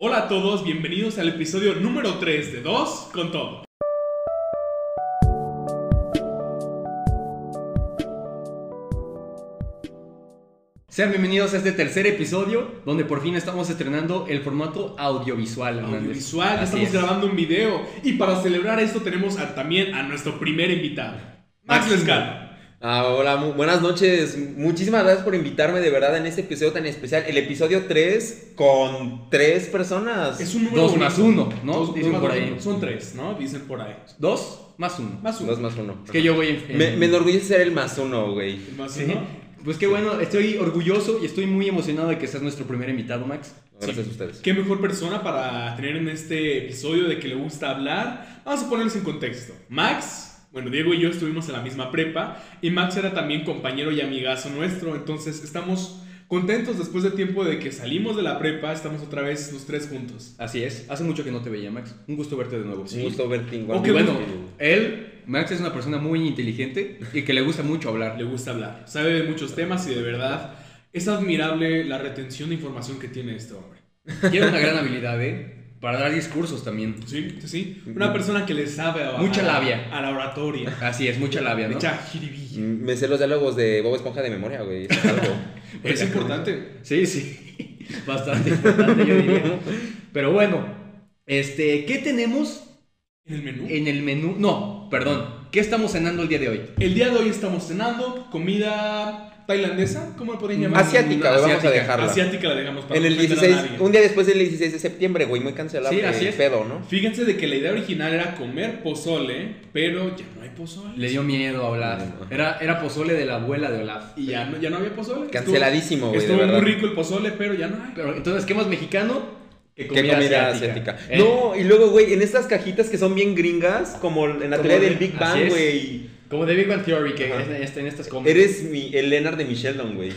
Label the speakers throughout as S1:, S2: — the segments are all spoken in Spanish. S1: Hola a todos, bienvenidos al episodio número 3 de 2 con todo.
S2: Sean bienvenidos a este tercer episodio donde por fin estamos estrenando el formato audiovisual. Hernández.
S1: Audiovisual, ya
S2: Así
S1: estamos
S2: es.
S1: grabando un video y para celebrar esto tenemos a- también a nuestro primer invitado, Max
S3: Máximo.
S1: Lescal.
S3: Ah, hola, mu- buenas noches. Muchísimas gracias por invitarme de verdad en este episodio tan especial. El episodio 3 con tres personas.
S1: Es un número
S2: Dos
S1: bonito.
S2: más uno, ¿no?
S1: Dos-
S2: Dicen
S1: dos
S2: por
S1: más
S2: ahí.
S1: uno. Son tres, ¿no? Dicen por ahí.
S2: Dos más uno.
S1: Más uno. eh,
S3: Dos más uno.
S2: Es que yo voy en...
S3: Me,
S2: en-
S3: me enorgullece ser el más uno, güey.
S1: El más
S2: Sí.
S1: uno.
S2: Pues qué bueno, estoy orgulloso y estoy muy emocionado de que seas nuestro primer invitado, Max.
S3: Gracias a ustedes.
S1: ¿Qué mejor persona para tener en este episodio de que le gusta hablar? Vamos a ponerlos en contexto. Max, bueno, Diego y yo estuvimos en la misma prepa y Max era también compañero y amigazo nuestro, entonces estamos contentos después de tiempo de que salimos de la prepa, estamos otra vez los tres juntos.
S2: Así es, hace mucho que no te veía, Max. Un gusto verte de nuevo.
S3: Un gusto verte igual.
S1: Ok,
S2: Y bueno, él, Max es una persona muy inteligente y que le gusta mucho hablar.
S1: Le gusta hablar, sabe de muchos temas y de verdad es admirable la retención de información que tiene este hombre.
S2: Tiene una gran habilidad, ¿eh? Para dar discursos también.
S1: Sí, sí, sí. Una persona que le sabe a,
S2: Mucha
S1: a la-
S2: labia.
S1: a la oratoria,
S2: Así es, mucha labia, ¿no?
S1: mucha jiribilla.
S3: Mm, Me sé los diálogos de Bob Esponja de memoria, güey. Es algo.
S1: Es importante.
S2: Sí, sí. Bastante importante, yo diría. Pero bueno, este, ¿qué tenemos
S1: En el menú.
S2: en el menú? No, perdón. ¿Qué estamos cenando el día de hoy?
S1: El día de hoy estamos cenando comida tailandesa, ¿cómo la podrían llamar?
S3: Asiática,
S2: Mm,
S3: güey, vamos
S2: asiática.
S3: a dejarla.
S1: Asiática la dejamos para
S3: En el
S1: no ofender a
S3: 16,
S1: nadie.
S3: un día después del 16 de septiembre, güey, muy cancelado
S2: Sí, así es.
S3: pedo, ¿no?
S1: Fíjense de que la idea original era comer pozole, pero ya no hay pozole.
S2: Le dio miedo a Olaf. Era, era pozole de la abuela de Olaf.
S1: y ya no, ya no había pozole. Estuvo-
S3: Canceladísimo, güey, de
S1: Estuvo muy
S3: verdad.
S1: rico el pozole, pero ya no hay.
S2: Pero entonces, ¿qué más mexicano? Que Eh,
S3: ¿Qué comida asiática?
S1: eh.
S3: No, y luego, güey, en estas cajitas que son bien gringas, como en la
S2: Como
S3: teoría
S2: de-
S3: del Big
S2: así
S3: Bang,
S2: es.
S3: güey.
S2: Como de Big Bang Theory, que
S3: Ajá.
S2: es- está en estas comidas.
S3: Eres mi, el Leonard de Michelin, güey.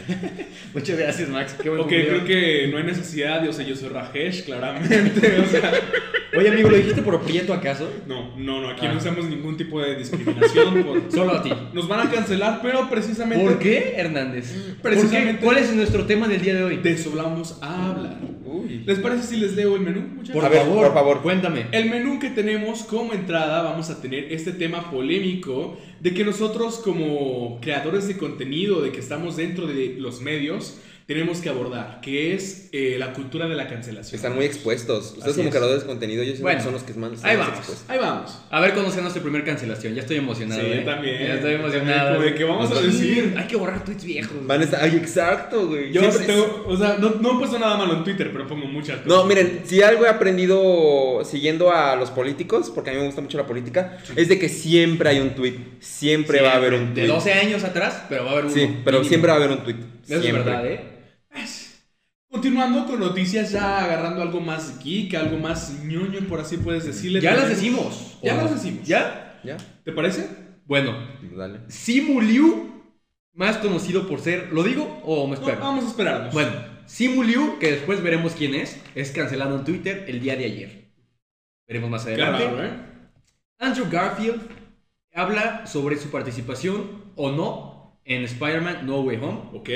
S2: Muchas gracias, Max. Qué buen
S1: Ok,
S2: comida.
S1: creo que no hay necesidad, o sea, yo soy Rajesh, claramente. O sea,
S2: Oye, amigo, ¿lo dijiste por prieto acaso?
S1: no, no, no, aquí
S2: Ah.
S1: no usamos ningún tipo de discriminación. por-
S2: Solo a ti.
S1: Nos van a cancelar, pero precisamente
S2: ¿Por qué, Hernández? ¿Por qué?
S1: Precisamente-
S2: ¿Cuál es nuestro tema del día de hoy?
S1: de eso hablamos a hablar.
S3: Uy.
S1: ¿Les parece si les leo el menú, muchachos?
S2: Por
S3: A ver,
S2: favor,
S3: por favor.
S2: cuéntame.
S1: El menú que tenemos como entrada vamos a tener este tema polémico de que nosotros como creadores de contenido, de que estamos dentro de los medios, tenemos que abordar, que es eh, la cultura de la cancelación.
S3: Están muy expuestos. Ustedes
S2: Así
S3: como
S2: es.
S3: creadores de contenido, yo siento
S2: Bueno,
S3: que son los que más
S2: ahí
S3: más
S2: vamos.
S3: expuestos.
S1: Ahí vamos.
S2: A ver cuándo sea nuestra primera cancelación. Ya estoy emocionado.
S1: Sí,
S2: ¿eh?
S1: yo también.
S2: Ya estoy
S1: Yo también,
S2: emocionado.
S1: como de que vamos a decir.
S2: Hay que borrar tweets viejos.
S3: Van a estar... Ay, exacto, güey.
S1: Yo
S3: Siempre-
S1: tengo- o sea, no, no he puesto nada malo en Twitter, pero pongo muchas cosas.
S3: No, miren, si algo he aprendido siguiendo a los políticos, porque a mí me gusta mucho la política, es de que siempre hay un tweet. Siempre, va a haber un
S2: De
S3: tweet.
S2: 12 años atrás, pero va a haber uno.
S3: Sí, pero
S2: mínimo.
S3: siempre va a haber un tweet.
S2: Eso es
S3: Siempre.
S2: verdad, ¿eh?
S1: Continuando con noticias, ya agarrando algo más geek, algo más ñoño, por así puedes decirle.
S2: Ya las
S1: Tenemos-
S2: decimos.
S1: Ya
S2: ¿o no?
S1: las decimos.
S2: ¿Ya?
S3: ¿Ya?
S1: ¿Te parece?
S2: Bueno,
S3: Dale.
S2: Simu Liu, más conocido por ser. ¿Lo digo o me
S1: No,
S2: espero?
S1: vamos a esperarnos.
S2: Bueno, Simu Liu, que después veremos quién es, es cancelado en Twitter el día de ayer. Veremos más
S1: Qué
S2: adelante.
S1: raro, ¿eh?
S2: Andrew Garfield habla sobre su participación o no en Spider-Man No Way Home.
S1: Ok,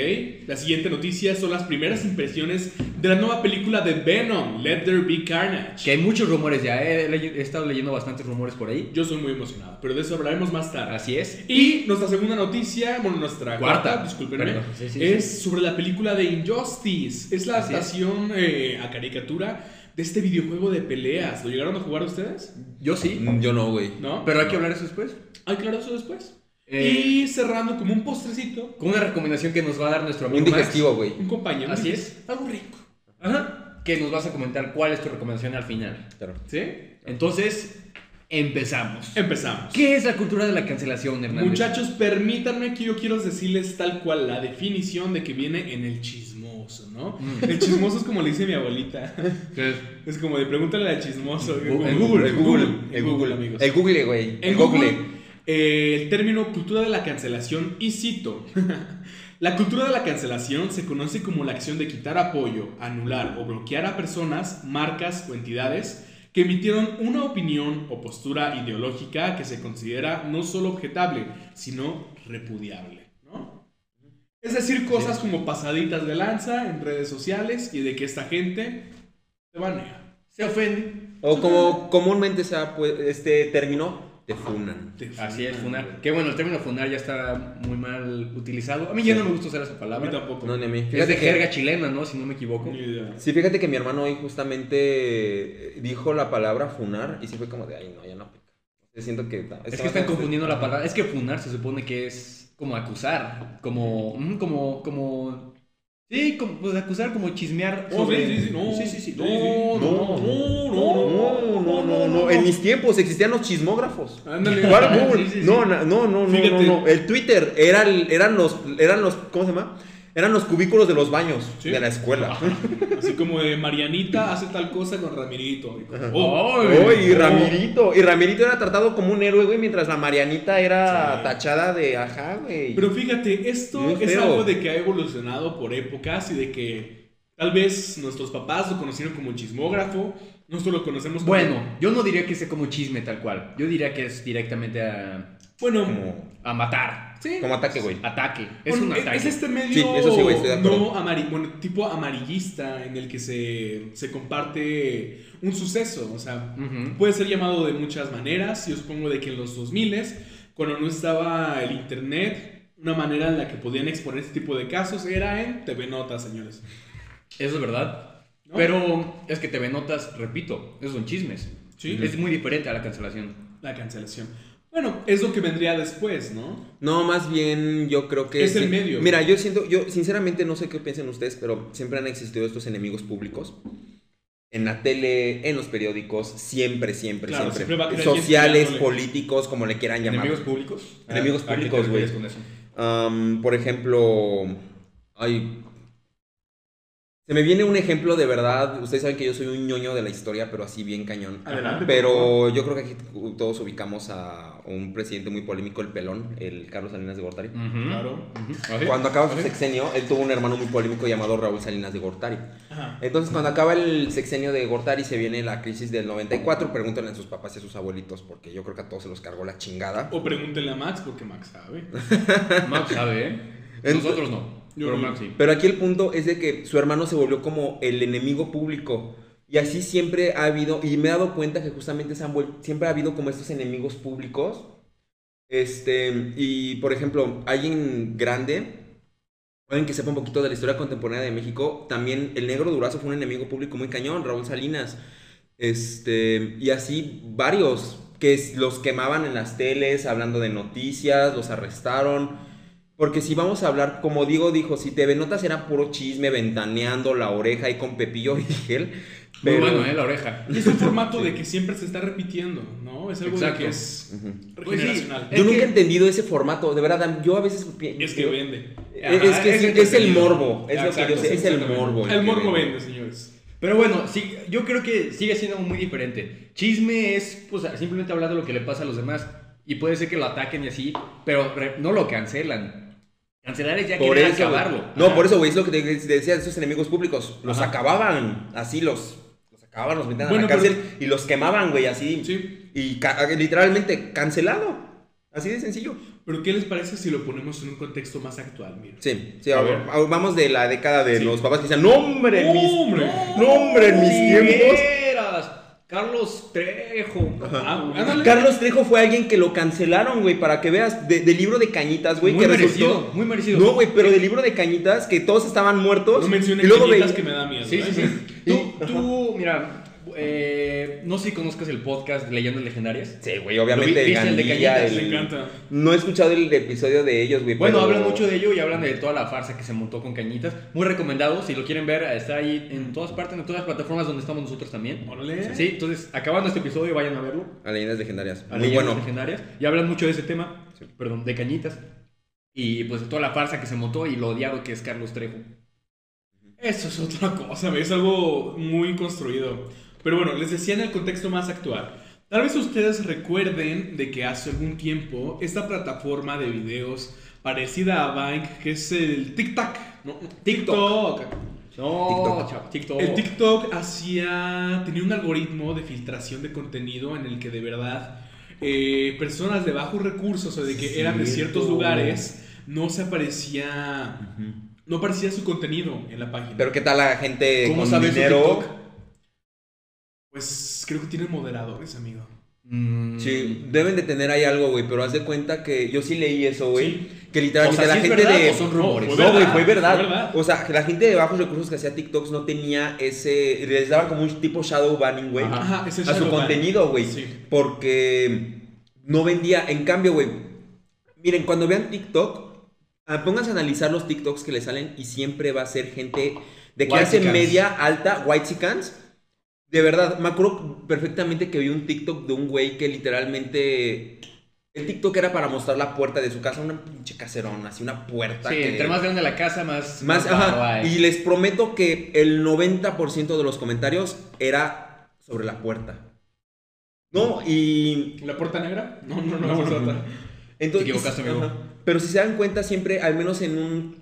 S1: la siguiente noticia son las primeras impresiones de la nueva película de Venom, Let There Be Carnage.
S2: Que hay muchos rumores ya, he, le- he estado leyendo bastantes rumores por ahí.
S1: Yo soy muy emocionado, pero de eso hablaremos más tarde.
S2: Así es.
S1: Y nuestra segunda noticia, bueno, nuestra cuarta,
S2: Cuarta.
S1: discúlpenme,
S2: Perdón, sí, sí,
S1: es sobre la película de Injustice. Es la
S2: Así es.
S1: adaptación eh, a caricatura de este videojuego de peleas. ¿Lo llegaron a jugar ustedes?
S2: Yo sí,
S3: Mm, Yo no, güey.
S1: ¿No?
S2: pero hay que hablar eso después.
S1: Ay, claro, eso después.
S2: Eh,
S1: Y cerrando como un postrecito,
S2: Con una recomendación que nos va a dar nuestro amigo
S3: Un
S2: Max.
S3: digestivo, güey.
S1: un compañero.
S2: Así
S1: Algo rico.
S2: Ajá, que nos vas a comentar cuál es tu recomendación al final.
S3: Claro.
S1: ¿Sí?
S2: Entonces, empezamos.
S1: Em- Empezamos.
S2: ¿Qué es la cultura de la cancelación, Hernández?
S1: Muchachos, permítanme que yo quiero decirles tal cual la definición de que viene en el chismoso, ¿no?
S2: Mm.
S1: El chismoso es como le dice mi abuelita.
S2: Entonces,
S1: Es como de pregúntale al chismoso.
S2: El Google,
S1: En
S3: el Google,
S1: en
S3: el
S1: Google,
S3: Google,
S1: amigos.
S3: El Google, güey.
S1: En
S3: El
S1: Google,
S3: Google.
S1: eh, el término cultura de la cancelación, y cito, la cultura de la cancelación se conoce como la acción de quitar apoyo, anular o bloquear a personas, marcas o entidades que emitieron una opinión o postura ideológica que se considera no solo objetable, sino repudiable. ¿no? Es decir, cosas como pasaditas de lanza en redes sociales y de que esta gente Te banea.
S2: Se ofende.
S3: O como comúnmente se ha, pues, este término, te funan.
S1: Te
S2: Así es,
S1: funan.
S2: funar. Que bueno, el término funar ya está muy mal utilizado. A mí ya no me gusta usar esa
S1: A mí
S2: palabra.
S1: tampoco.
S3: No, ni a mí.
S2: Es de
S3: que-
S2: jerga chilena, ¿no? Si no me equivoco.
S1: Ni idea.
S3: Sí, fíjate que mi hermano hoy justamente eh, dijo la palabra funar y sí fue como de, ay, no, ya no aplica. Yo Siento que... no,
S2: Es
S3: esta
S2: que están
S3: banda-
S2: confundiendo la palabra. Es que funar se supone que es como acusar, como. mm, como. como. Sí, como, pues acusar, como chismear.
S1: Oh,
S2: sobre-
S1: sí, sí, sí, no.
S2: sí, sí, sí.
S1: Sí,
S2: No,
S1: sí.
S2: no, no.
S3: No, no, no, no. En mis tiempos existían los chismógrafos.
S1: Ándale.
S3: ¿Cuál
S2: Sí,
S3: Google?
S2: sí, sí.
S3: No, na- no, no, no, no,
S1: Fíjate.
S3: no. El Twitter era el- eran los, eran los, ¿cómo se llama? Eran los cubículos de los baños
S1: Sí.
S3: de la escuela.
S1: Así como de Marianita hace tal cosa con Ramirito. Y como,
S3: Ajá.
S1: oh,
S2: Ay,
S3: Oh, y
S2: no.
S3: Ramirito, y Ramirito era tratado como un héroe, güey, mientras la Marianita era
S1: Sí.
S3: tachada de ajá, güey.
S1: Pero fíjate, esto
S3: Muy
S1: es
S3: feo.
S1: algo de que ha evolucionado por épocas y de que tal vez nuestros papás lo conocieron como chismógrafo, nosotros lo conocemos como...
S2: Bueno, yo no diría que sea como chisme tal cual. Yo diría que es directamente a,
S1: Bueno,
S3: Como,
S2: a matar.
S1: sí.
S3: como ataque, güey.
S2: Ataque. Es
S1: Bueno,
S2: un ataque.
S1: es este medio
S3: Sí, eso sí, güey, estoy de acuerdo.
S1: no amari- bueno, tipo amarillista en el que se, se comparte un suceso. O sea,
S2: Ujú.
S1: puede ser llamado de muchas maneras. Yo supongo de que en los 2000, cuando no estaba el internet, una manera en la que podían exponer este tipo de casos era en TV Notas, señores.
S2: Eso es verdad.
S1: ¿No?
S2: Pero es que TV Notas, repito, esos son chismes.
S1: Sí.
S2: Es muy diferente a la cancelación.
S1: La cancelación. Bueno, es lo que vendría después, ¿no?
S3: No, más bien yo creo que...
S1: Es el medio.
S3: Mira, yo siento, yo sinceramente no sé qué piensen ustedes, pero siempre han existido estos enemigos públicos. En la tele, en los periódicos, siempre, siempre,
S1: Claro,
S3: siempre.
S1: siempre va a haber alguien
S3: Sociales,
S1: tirándole.
S3: políticos, como le quieran llamar.
S2: ¿Enemigos públicos?
S3: Enemigos
S2: ¿a qué Ah, te
S3: públicos, güey.
S2: refieres con eso?
S3: Am, por ejemplo, ay, se me viene un ejemplo de verdad. Ustedes saben que yo soy un ñoño de la historia, pero así bien cañón.
S1: Adelante.
S3: Pero yo creo que aquí todos ubicamos a un presidente muy polémico, el pelón, el Carlos Salinas de Gortari.
S2: Ujú.
S1: Claro.
S2: Ujú. A ver.
S3: Cuando acaba su sexenio, él tuvo un hermano muy polémico llamado Raúl Salinas de Gortari.
S1: Ajá.
S3: Entonces, cuando acaba el sexenio de Gortari, se viene la crisis del 94. Pregúntenle a sus papás y a sus abuelitos, porque yo creo que a todos se los cargó la chingada.
S1: O pregúntenle a Max, porque Max sabe.
S2: Max sabe, ¿eh?
S3: Ent-
S2: Nosotros no.
S1: Yo
S2: pero
S1: no.
S2: Max sí.
S3: Pero aquí el punto es de que su hermano se volvió como el enemigo público. Y así siempre ha habido, y me he dado cuenta que justamente se han vuel- siempre ha habido como estos enemigos públicos. Este, y por ejemplo, alguien grande, alguien que sepa un poquito de la historia contemporánea de México, también el negro Durazo fue un enemigo público muy cañón, Raúl Salinas. Este, y así varios que es- los quemaban en las teles hablando de noticias, los arrestaron. Porque si vamos a hablar, como Diego dijo, si TV Notas era puro chisme, ventaneando la oreja y con Pepillo Vigel. Pero
S2: Muy bueno, ¿eh? La oreja.
S1: Y es un formato de que siempre se está repitiendo, ¿no? Es algo
S2: Exacto.
S1: de que es
S3: Ujú.
S2: Pues sí.
S1: generacional.
S2: Es
S3: Yo nunca
S2: que-
S3: he entendido ese formato, de verdad, yo a veces pienso...
S1: Es que vende.
S3: Es- es que
S2: Ajá,
S3: es,
S2: es
S3: es el
S2: entretenido.
S3: morbo, es lo que yo
S1: Exacto,
S3: sé, es el
S1: exactamente. El
S3: morbo. que
S1: morbo vende, señores.
S2: Pero bueno, sí, yo creo que sigue siendo muy diferente. Chisme es pues, simplemente hablar de lo que le pasa a los demás. Y puede ser que lo ataquen y así, pero re- no lo cancelan. Cancelar es ya
S3: Por
S2: querer
S3: eso,
S2: acabarlo.
S3: No,
S2: Ajá.
S3: por eso, güey, es lo que te te decía, esos enemigos públicos, los
S2: Ajá.
S3: acababan, así los, los acababan, los metían
S1: Bueno,
S3: a la cárcel y los quemaban, güey, así.
S1: Sí.
S3: Y ca- literalmente cancelado, así de sencillo.
S1: Pero ¿qué les parece si lo ponemos en un contexto más actual? Mira.
S3: Sí, sí,
S2: A
S3: a-
S2: ver. Uh,
S3: a- vamos de la década de los papás que decían, no hombre, en mis-
S1: ¡Hombre!
S3: no hombre, en mis
S2: Si
S3: tiempos.
S2: vieras, Carlos Trejo.
S1: Ah, ándale.
S3: Carlos Trejo fue alguien que lo cancelaron, güey, para que veas, de- del libro de cañitas, güey,
S2: muy
S3: que
S2: merecido,
S3: resultó.
S2: muy merecido.
S3: No, güey, pero del libro de cañitas, que todos estaban muertos.
S1: No mencionen
S3: y luego
S1: cañitas
S3: veía-
S1: que me da miedo.
S2: Sí,
S1: ¿eh?
S2: sí, sí. Tú, tú, mira, eh, no sé si conozcas el podcast Leyendas Legendarias.
S3: Sí, güey, obviamente.
S2: Lo vi- viste el de
S3: Gandía,
S2: Cañitas,
S1: Me
S3: el-
S1: encanta.
S3: No he escuchado el episodio de ellos, güey.
S2: Bueno,
S3: pero-
S2: hablan mucho de ello y hablan de toda la farsa que se montó con Cañitas. Muy recomendado, si lo quieren ver, está ahí en todas partes, en todas las plataformas donde estamos nosotros también.
S1: Órale.
S2: Sí, entonces, acabando este episodio, vayan a verlo.
S3: A leyendas legendarias.
S2: a
S3: Muy
S2: Leyendas
S3: bueno.
S2: Legendarias. Y hablan mucho de ese tema, perdón, de Cañitas. Y pues de toda la farsa que se montó y lo odiado que es Carlos Trejo.
S1: Eso es otra cosa, es algo muy construido. Pero bueno, les decía en el contexto más actual. Tal vez ustedes recuerden de que hace algún tiempo esta plataforma de videos parecida a Vine, que es el TikTok, ¿no? TikTok.
S2: No,
S3: TikTok.
S2: chavo, TikTok.
S1: El TikTok hacía, tenía un algoritmo de filtración de contenido en el que de verdad eh, personas de bajos recursos o de que eran de ciertos
S3: Cierto.
S1: lugares no se aparecía, no aparecía su contenido en la página.
S3: Pero qué tal la gente
S2: ¿Cómo
S3: con
S2: sabes su
S3: dinero
S2: TikTok?
S1: Pues creo que tiene moderadores, amigo.
S2: Mm.
S3: Sí, deben de tener ahí algo, güey, pero haz de cuenta que yo sí leí eso, güey.
S1: Sí.
S3: Que literalmente
S2: O sea,
S3: la
S2: ¿sí es
S3: gente
S2: verdad
S3: de...
S2: o son rumores?
S1: No,
S3: No, güey, fue
S1: Fue
S3: verdad.
S1: verdad.
S3: O sea, que la gente de bajos recursos que hacía TikToks no tenía ese... Les daba como un tipo shadow banning, güey.
S2: Ajá.
S1: Ajá, ese
S3: Ah, a su contenido, güey.
S1: Sí.
S3: Porque no vendía. En cambio, güey. Miren, cuando vean TikTok, ah, pónganse a analizar los TikToks que les salen y siempre va a ser gente de clase
S2: Whitexicans.
S3: media, alta, white chickens. De verdad, me acuerdo perfectamente que vi un TikTok de un güey que literalmente. El TikTok era para mostrar la puerta de su casa, una pinche caserona, así una puerta.
S2: Sí,
S3: que-
S2: entre más grande la casa, más. eh.
S3: más,
S2: varo
S3: ajá.
S2: hay.
S3: Y les prometo que el 90% de los comentarios era sobre la puerta. No, y.
S1: ¿La puerta negra? No, no, no.
S2: No,
S1: esa es
S2: no, no.
S1: otra.
S3: Entonces,
S2: Te equivocaste,
S3: ajá.
S2: amigo.
S3: Pero si se dan cuenta, siempre, al menos en un,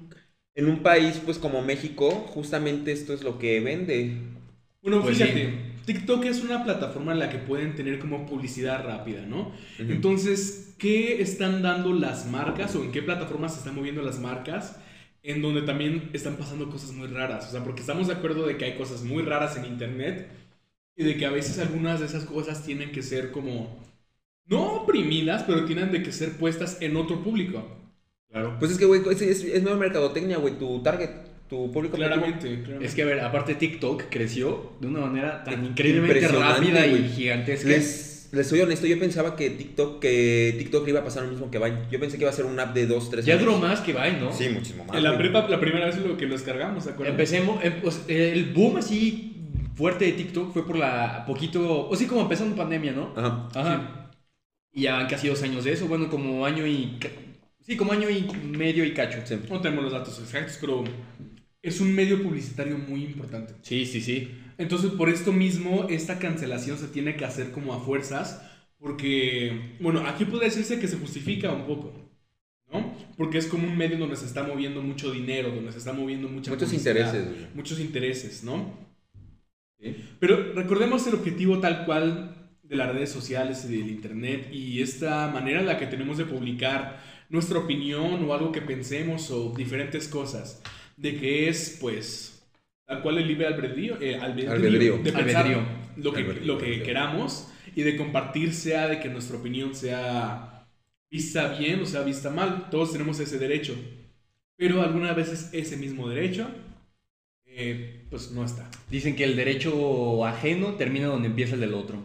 S3: en un país pues como México, justamente esto es lo que vende.
S1: Bueno,
S2: Pues
S1: fíjate, TikTok es una plataforma en la que pueden tener como publicidad rápida, ¿no?
S3: Ujú.
S1: Entonces, ¿qué están dando las marcas o en qué plataformas se están moviendo las marcas? En donde también están pasando cosas muy raras. O sea, porque estamos de acuerdo de que hay cosas muy raras en Internet y de que a veces algunas de esas cosas tienen que ser como, no oprimidas, pero tienen de que ser puestas en otro público. Claro.
S3: Pues es que, güey, es, es, es nueva mercadotecnia, güey, tu target, tu público. objetivo.
S1: Claramente, claramente.
S2: Es que, a ver, aparte TikTok creció de una manera tan
S3: Im-
S2: increíblemente
S3: impresionante,
S2: rápida y
S3: güey.
S2: gigantesca.
S3: Les, les soy honesto, yo pensaba que TikTok, que TikTok le iba a pasar lo mismo que Vine. Yo pensé que iba a ser un app de dos, tres
S2: Ya
S3: años.
S2: duró más que Vine, ¿no?
S3: Sí, muchísimo más.
S1: en la
S3: güey.
S1: prepa, la primera vez lo que nos cargamos, ¿se acuerdan?
S2: Empecemos, em- o sea, el boom así fuerte de TikTok fue por la poquito, o sí, como empezando pandemia, ¿no?
S3: Ajá.
S2: Ajá. Y ya van casi dos años de eso, bueno, como año y... ca- Sí, como año y medio y cacho.
S3: Sí.
S1: No tenemos los datos exactos, pero es un medio publicitario muy importante.
S2: Sí, sí, sí.
S1: Entonces, por esto mismo, esta cancelación se tiene que hacer como a fuerzas, porque, bueno, aquí puede decirse que se justifica un poco, ¿no? Porque es como un medio donde se está moviendo mucho dinero, donde se está moviendo mucha
S3: Muchos
S1: publicidad,
S3: intereses, güey.
S1: Muchos intereses, ¿no? Pero recordemos el objetivo tal cual de las redes sociales y del internet y esta manera en la que tenemos de publicar nuestra opinión o algo que pensemos o diferentes cosas, de que es pues tal cual el libre albedrío, eh, albedrío,
S3: Albedrío.
S1: de pensar
S2: Albedrío.
S1: lo que,
S3: Albedrío,
S1: lo que
S3: albedrío.
S1: queramos y de compartir sea de que nuestra opinión sea vista bien o sea vista mal, todos tenemos ese derecho, pero algunas veces ese mismo derecho eh, pues no está.
S2: Dicen que el derecho ajeno termina donde empieza el del otro.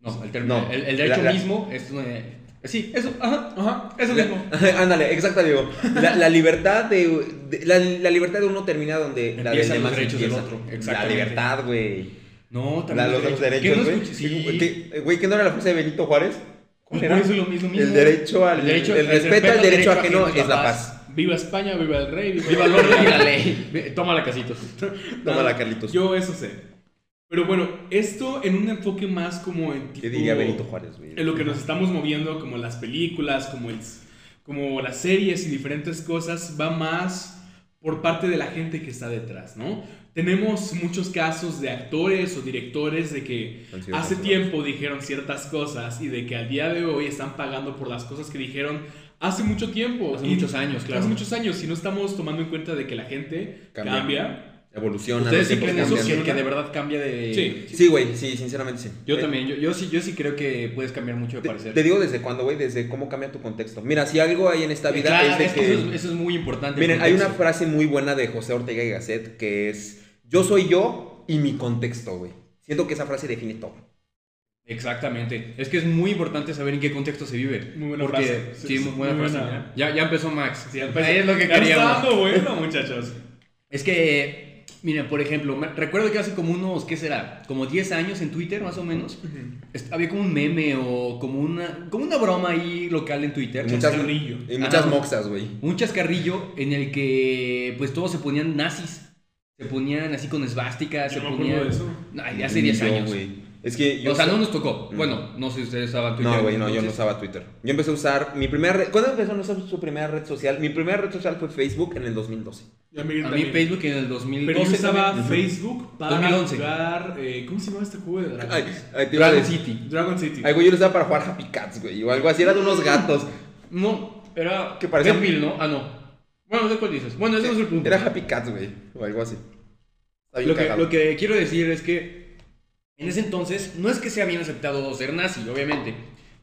S2: No, el, term-
S3: No.
S2: el, el derecho
S3: La- la-
S2: mismo es donde... Sí, eso, ajá,
S1: Ajá.
S2: eso
S3: La-
S2: mismo.
S3: Ándale, exacto, digo. La, la libertad de, de- la, la libertad de uno termina donde la
S2: Empiezan
S3: del
S2: los
S3: demás
S2: derechos del
S3: empieza.
S2: otro,
S3: La
S2: exactamente.
S3: libertad, güey.
S2: No,
S3: La
S2: también...
S3: de los otros
S2: ¿Qué no
S3: derechos, güey.
S2: escuché? Sí.
S3: Que- Güey, ¿qué no era la frase de Benito Juárez? ¿Cuál
S2: Pues
S3: era?
S2: por eso es lo mismo, mismo.
S3: El derecho al
S2: El derecho-
S3: el
S2: el
S3: respeto al derecho ajeno es la paz.
S1: Viva España, viva el rey, viva,
S2: Viva el orden y la ley. Ve, Tómala, casitos.
S3: Tómala, Carlitos.
S1: Yo eso sé. Pero bueno, esto en un enfoque más como en tipo...
S3: ¿Qué diría Benito Juárez, güey?
S1: En lo que nos estamos moviendo, como las películas, como, el- como las series y diferentes cosas, va más por parte de la gente que está detrás, ¿no? Tenemos muchos casos de actores o directores de que
S3: Han sido
S1: hace
S3: censurados.
S1: tiempo dijeron ciertas cosas y de que al día de hoy están pagando por las cosas que dijeron hace mucho tiempo.
S2: Hace
S1: Y-
S2: muchos años, claro.
S1: Hace muchos años, si no estamos tomando en cuenta de que la gente
S3: Cambia.
S1: cambia.
S3: Evoluciona.
S2: Ustedes sí
S3: los
S2: creen
S3: tiempos
S2: eso,
S3: cambian.
S2: que, que de verdad cambia de...
S1: Sí.
S3: Sí, güey, sí, sinceramente sí.
S2: Yo
S3: Eh,
S2: también, yo, yo sí, yo sí creo que puedes cambiar mucho de
S3: te-
S2: parecer.
S3: Te digo desde cuándo, güey, desde cómo cambia tu contexto. Mira, si algo hay en esta vida
S2: Claro,
S3: es de
S2: es que
S3: que
S2: eso, es, eso es muy importante. el
S3: Miren, hay una
S2: contexto.
S3: frase muy buena de José Ortega y Gasset que es yo soy yo y mi contexto, güey. Siento que esa frase define todo.
S2: Exactamente. Es que es muy importante saber en qué contexto se vive.
S1: Muy buena
S2: Porque,
S1: frase. Sí,
S2: Sí, muy
S1: sí,
S2: buena
S1: muy
S2: frase.
S1: buena.
S2: Ya, ya empezó Max.
S1: Sí, pues,
S2: Ahí es lo que
S1: ya está
S2: queríamos.
S1: dando bueno, muchachos.
S2: Es que, miren, por ejemplo, me- recuerdo que hace como unos, ¿qué será? Como 10 años en Twitter, más o menos. est- Había como un meme o como una, como una broma ahí local en Twitter.
S3: Muchas-
S1: Chascarrillo.
S3: Y muchas
S2: Ajá.
S3: moxas, güey.
S2: Un chascarrillo en el que pues todos se ponían nazis. Se ponían así con esvásticas, se
S1: Yo me
S2: ponían...
S1: acuerdo de eso.
S2: Ay, hace 10
S3: Yo,
S2: años.
S3: güey. Es que yo
S2: o sea, no nos tocó.
S3: Mm.
S2: Bueno, no sé si ustedes estaban Twitter.
S3: No, güey, no, yo no
S2: entonces.
S3: usaba Twitter. Yo empecé a usar mi primera red. ¿Cuándo empezó a usar su primera red social? Mi primera red social fue Facebook en el 2012.
S1: Ya miren
S2: A mí
S1: también.
S2: Facebook en el 2012
S1: Pero yo usaba
S2: también.
S1: Facebook para
S2: 2011.
S1: jugar. eh, ¿Cómo se llama este juego de Dragon
S3: Ay, ay, te iba a
S2: Dragon
S3: decir.
S2: City.
S1: Dragon City.
S3: Ay, güey, yo lo usaba para jugar Happy Cats, güey, o algo así. Era de unos gatos.
S2: No, era.
S3: Que parecía-
S2: Pepil, ¿no? Ah, no. Bueno, ¿de cuál dices? Bueno, ese no es el punto.
S3: Era Happy Cats, güey, o algo así. Está bien
S2: lo, que,
S3: cagado.
S2: lo que quiero decir es que En ese entonces, no es que sea bien aceptado ser nazi, obviamente,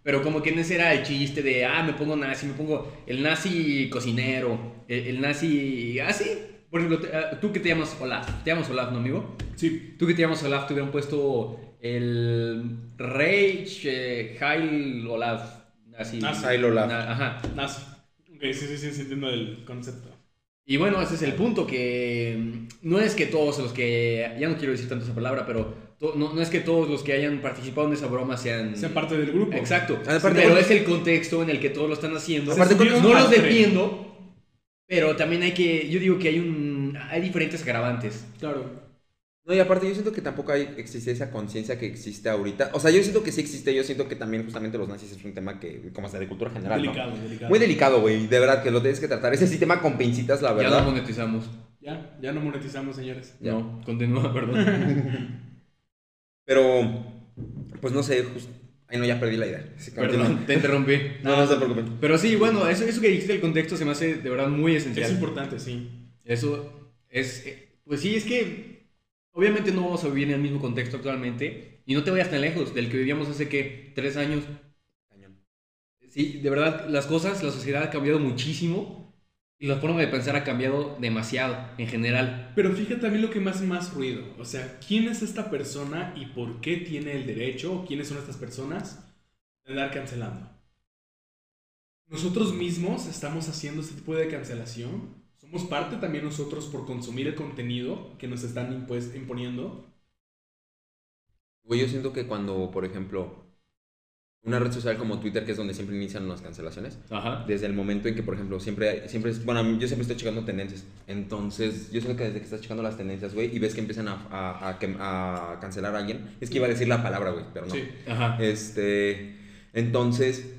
S2: pero como que en ese era el chiste de, ah, me pongo nazi, me pongo el nazi cocinero, el, el nazi así. Por ejemplo, te- ah, tú que te llamas Olaf, ¿te llamas Olaf, no amigo?
S1: Sí,
S2: Tú que te llamas Olaf, te hubieran puesto el Reich eh, Heil Olaf, nazi.
S1: Nazi.
S3: Heil Olaf.
S2: Na- ajá.
S1: nazi. Ok, sí, sí, sí, sí, entiendo el concepto.
S2: Y bueno, ese es el punto, que mm, no es que todos los que, ya no quiero decir tanto esa palabra, pero to- no, no es que todos los que hayan participado en esa broma
S3: Mm.
S2: sean...
S1: Sea parte del grupo.
S2: Exacto.
S3: Ah, Aparte-
S2: pero es el contexto en el que todos lo están haciendo.
S3: Aparte,
S1: Se subió
S2: no
S1: un
S2: los
S1: lastre.
S2: defiendo, pero también hay que, yo digo que hay un, hay diferentes agravantes.
S1: Claro.
S3: No, y aparte yo siento que tampoco hay, existe esa conciencia que existe ahorita. O sea, yo siento que sí existe, yo siento que también justamente los nazis es un tema que, como sea, de cultura general, ¿no?
S1: Delicado, delicado.
S3: Muy delicado, güey, de verdad que lo tienes que tratar. Ese sí tema con pincitas, la
S2: Ya no
S3: Ah, verdad.
S2: monetizamos.
S1: Ya, ya no monetizamos, señores.
S3: Ya.
S2: No, continúa, perdón.
S3: Pero, pues no sé, justo... Ay, no, ya perdí la idea. Sí, continúa.
S2: perdón, te interrumpí.
S3: No, no se preocupen.
S2: Pero sí, bueno, eso, eso que dijiste del contexto se me hace de verdad muy esencial.
S1: Es importante, sí.
S2: Eso es. eh, Pues sí, es que obviamente no vamos a vivir en el mismo contexto actualmente y no te vayas tan lejos del que vivíamos hace que tres años. Sí, de verdad, las cosas, la sociedad ha cambiado muchísimo y la forma de pensar ha cambiado demasiado en general.
S1: Pero fíjate a mí lo que más más ruido. O sea, ¿quién es esta persona y por qué tiene el derecho? o ¿Quiénes son estas personas de andar cancelando? Nosotros mismos estamos haciendo este tipo de cancelación. Somos parte también nosotros por consumir el contenido que nos están impues- imponiendo.
S3: Güey, yo siento que cuando, por ejemplo, una red social como Twitter, que es donde siempre inician las cancelaciones,
S2: Ajá.
S3: desde el momento en que, por ejemplo, siempre, siempre es, bueno, a mí- yo siempre estoy checando tendencias. Entonces, yo siento que desde que estás checando las tendencias, güey, y ves que empiezan a, a- a quem- a cancelar a alguien, es que iba a decir la palabra, güey, pero no.
S1: Sí.
S2: Ajá.
S3: Este, entonces,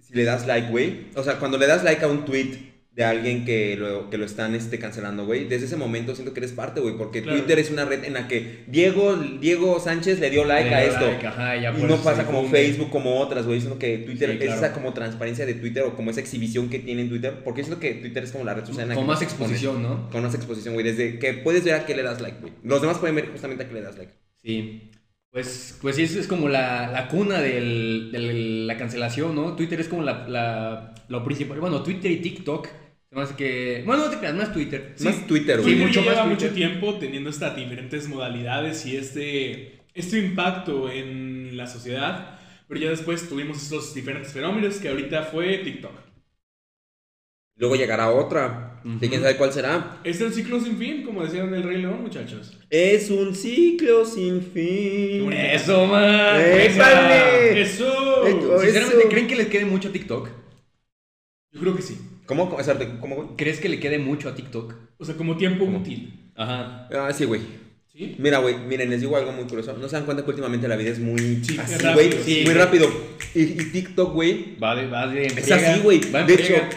S3: si le das like, güey, o sea, cuando le das like a un tweet de alguien que lo, que lo están este, cancelando, güey, desde ese momento siento que eres parte, güey, porque
S1: Claro.
S3: Twitter es una red en la que Diego, Diego Sánchez le dio like a
S2: Le
S3: esto.
S2: da like, ajá, ya
S3: Y
S2: por
S3: no
S2: eso se
S3: pasa como
S2: difunde.
S3: Facebook, como otras, güey, sino que Twitter
S2: Sí,
S3: es
S2: claro.
S3: esa como transparencia de Twitter o como esa exhibición que tiene en Twitter, porque es lo que Twitter es como la red social en la
S2: Con
S3: que
S2: más
S3: te expones.
S2: exposición, ¿no?
S3: Con más exposición, güey, desde que puedes ver a qué le das like, güey. Los demás pueden ver justamente a qué le das like.
S2: Sí. Pues, pues sí, eso es como la, la cuna del- de la cancelación, ¿no? Twitter es como la, la, lo principal. Bueno, Twitter y TikTok. Más que. Bueno, no te creas, más Twitter.
S1: Sí.
S3: Más Twitter,
S2: Sí,
S3: güey.
S1: Twitter
S2: mucho
S1: lleva
S2: más
S1: mucho
S2: Twitter.
S1: tiempo teniendo estas diferentes modalidades y este, este impacto en la sociedad, pero ya después tuvimos estos diferentes fenómenos que ahorita fue TikTok.
S3: Luego llegará otra,
S2: Ujú.
S3: que quién sabe cuál será.
S1: Es el ciclo sin fin, como decían en el Rey León, muchachos.
S3: Es un ciclo sin
S1: Qué
S3: fin.
S1: bonito.
S2: Eso, man.
S3: ¡Épale! Eh,
S1: ¡Eso!
S3: eh,
S2: Sinceramente,
S3: Eso.
S2: ¿creen que les quede mucho a TikTok?
S1: Yo creo que sí.
S3: ¿Cómo? ¿Cómo, Espérate, ¿cómo, güey?
S2: ¿Crees que le quede mucho a TikTok?
S1: O sea, como tiempo
S3: ¿Cómo?
S1: útil.
S2: Ajá.
S3: Ah, sí, güey.
S1: ¿Sí?
S3: Mira, güey, miren, les digo algo muy curioso. ¿No se dan cuenta que últimamente la vida es muy
S1: Sí,
S3: así,
S1: es rápido,
S3: güey?
S1: sí.
S3: Muy rápido. Y, y TikTok, güey,
S2: Va de. Va de
S3: es así, güey.
S2: Va en
S3: De hecho,
S2: friega.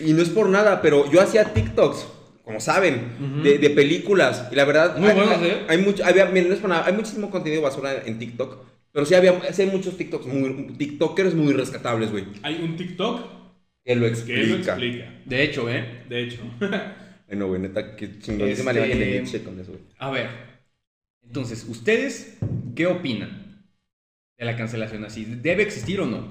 S3: y no es por nada, pero yo hacía TikToks, como saben,
S2: Ujú.
S3: de, de películas. Y la verdad,
S2: Muy
S3: hay,
S2: buenos, ¿eh?
S3: hay mucho, había, miren, no es por nada, hay muchísimo contenido basura en TikTok. Pero sí, había, sí hay muchos TikToks, muy, TikTokers muy rescatables, güey.
S1: Hay un TikTok
S3: Que
S1: que
S3: lo
S1: lo
S3: explica.
S1: explica.
S2: De hecho, ¿eh?
S1: De hecho.
S3: Bueno, güey, neta, qué chingonísima
S2: Este-
S3: le bajen el leche con eso, güey.
S2: A ver. Entonces, ¿ustedes qué opinan de la cancelación así? ¿Debe existir o no?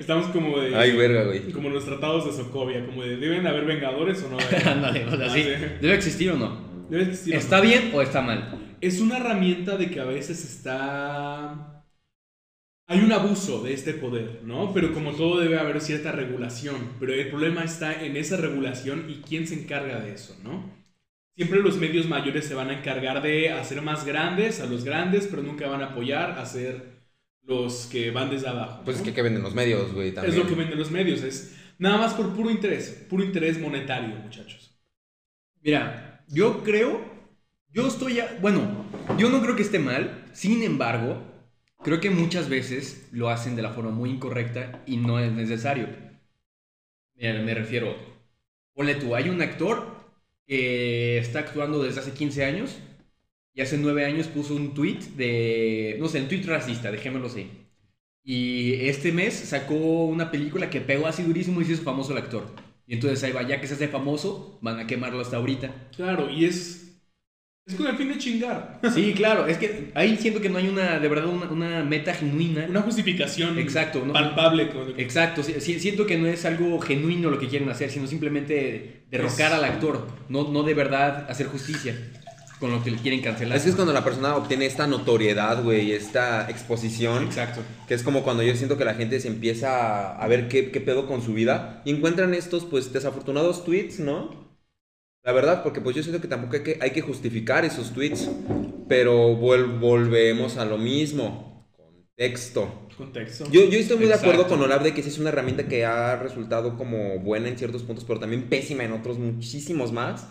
S1: Estamos como de.
S3: Ay, verga, güey.
S1: Como los tratados de Sokovia, como de ¿deben haber vengadores o no? Ah,
S2: Ándale, o sea, sí. ¿Debe existir o no?
S1: Debe existir. o no.
S2: ¿Está bien o está mal?
S1: es una herramienta de que a veces está... Hay un abuso de este poder, ¿no? Pero como todo debe haber cierta regulación, pero el problema está en esa regulación y quién se encarga de eso, ¿no? Siempre los medios mayores se van a encargar de hacer más grandes a los grandes, pero nunca van a apoyar a ser los que van desde abajo.
S3: Pues es
S1: ¿no?
S3: que, que venden los medios, güey, también.
S1: Es lo que venden los medios, es nada más por puro interés, puro interés monetario, muchachos.
S2: Mira, yo creo, yo estoy, a- bueno, yo no creo que esté mal, sin embargo, creo que muchas veces lo hacen de la forma muy incorrecta y no es necesario. Mira, me refiero, ponle tú, hay un actor que está actuando desde hace 15 años y hace 9 años puso un tweet de, no sé, un tweet racista, dejémoslo así. Y este mes sacó una película que pegó así durísimo y se hizo famoso el actor. Y entonces ahí va, ya que se hace famoso, van a quemarlo hasta ahorita.
S1: Claro, y es Es con el fin de chingar.
S2: Sí, claro, es que ahí siento que no hay una, de verdad, una, una meta genuina.
S1: Una justificación
S2: Exacto, ¿no?
S1: palpable. como-
S2: Exacto, sí- sí- siento que no es algo genuino lo que quieren hacer, sino simplemente derrocar
S1: Es-
S2: al actor, no, no de verdad hacer justicia con lo que le quieren cancelar.
S3: Es que es cuando la persona obtiene esta notoriedad, güey, esta exposición.
S2: Exacto.
S3: Que es como cuando yo siento que la gente se empieza a- a ver qué, qué pedo con su vida. Y encuentran estos, pues, desafortunados tweets, ¿no? La verdad, porque pues yo siento que tampoco hay que, hay que justificar esos tweets. Pero vuel- volvemos a lo mismo. Contexto.
S1: Contexto.
S3: Yo, yo estoy muy de acuerdo
S2: Exacto.
S3: con Olaf de que sí es una herramienta que ha resultado como buena en ciertos puntos, pero también pésima en otros muchísimos más.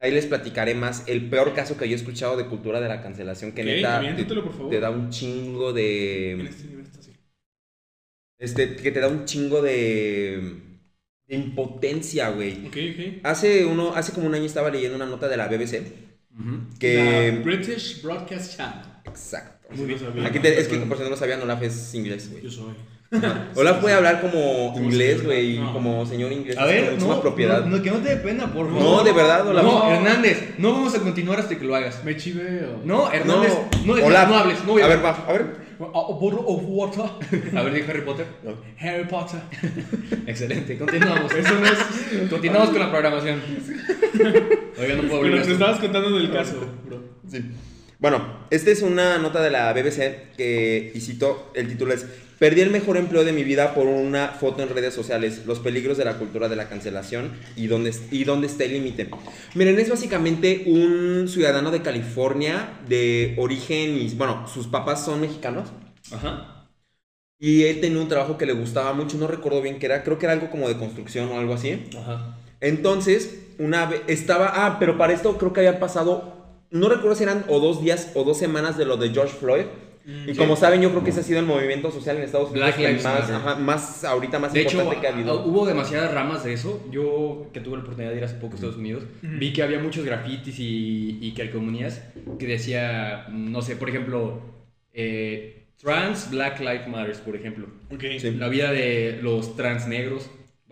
S3: Ahí les platicaré más el peor caso que yo he escuchado de cultura de la cancelación, que
S1: Ok,
S3: neta te,
S1: aviéntatelo, por favor.
S3: te da un chingo de...
S1: En este nivel está así.
S3: Este, que te da un chingo de, de impotencia, güey.
S1: Ok, ok.
S3: Hace, uno, hace como un año estaba leyendo una nota de la BBC
S2: Ujú.
S1: La
S3: que...
S1: British Broadcast Channel.
S3: Exacto.
S1: Muy bien.
S3: Aquí te- es que por si no lo sabían, Olaf es inglés, güey.
S1: Yo soy.
S3: Olaf puede hablar como inglés,
S1: señor,
S3: güey,
S1: no.
S3: como señor inglés.
S2: A
S3: con
S2: ver,
S3: suma
S2: no,
S3: propiedad.
S2: no, no, que no te dé pena, por
S3: No,
S2: favor.
S3: de verdad, Olaf.
S2: No, Hernández, no vamos a continuar hasta que lo hagas.
S1: Me chiveo.
S2: No, Hernández, no, es-
S3: Olaf.
S2: no hables, no voy a,
S3: a ver, va, a ver.
S1: A bottle of water.
S2: A ver, dijo Harry Potter.
S1: Harry Potter.
S2: Excelente, continuamos. Eso no es. Continuamos con la programación. Oiga, no puedo abrir
S1: Pero
S2: esto.
S1: te estabas contando del caso, bro.
S3: Sí. Bueno, esta es una nota de la BBC que, y cito, el título es Perdí el mejor empleo de mi vida por una foto en redes sociales, los peligros de la cultura de la cancelación y dónde, y dónde está el límite. Miren, es básicamente un ciudadano de California de origen, y, bueno, sus papás son mexicanos
S2: Ajá.
S3: y él tenía un trabajo que le gustaba mucho, no recuerdo bien qué era, creo que era algo como de construcción o algo así.
S2: Ajá.
S3: Entonces, una vez estaba, ah, pero para esto creo que habían pasado, no recuerdo si eran o dos días o dos semanas de lo de George Floyd. Y como saben, yo creo que ese ha sido el movimiento social en Estados Unidos
S2: Mm, Black
S3: que
S2: Lives
S3: más,
S2: Matter.
S3: ajá, más ahorita más
S2: De hecho,
S3: importante que ha habido.
S2: ah, hubo demasiadas ramas de eso. Yo, que tuve la oportunidad de ir hace poco a Estados Unidos,
S1: Ujú.
S2: vi que había muchos grafitis y, y calcomanías que decía, no sé, por ejemplo, eh, trans Black Lives Matters, por ejemplo.
S1: Ok.
S3: Sí.
S2: La vida de los trans negros,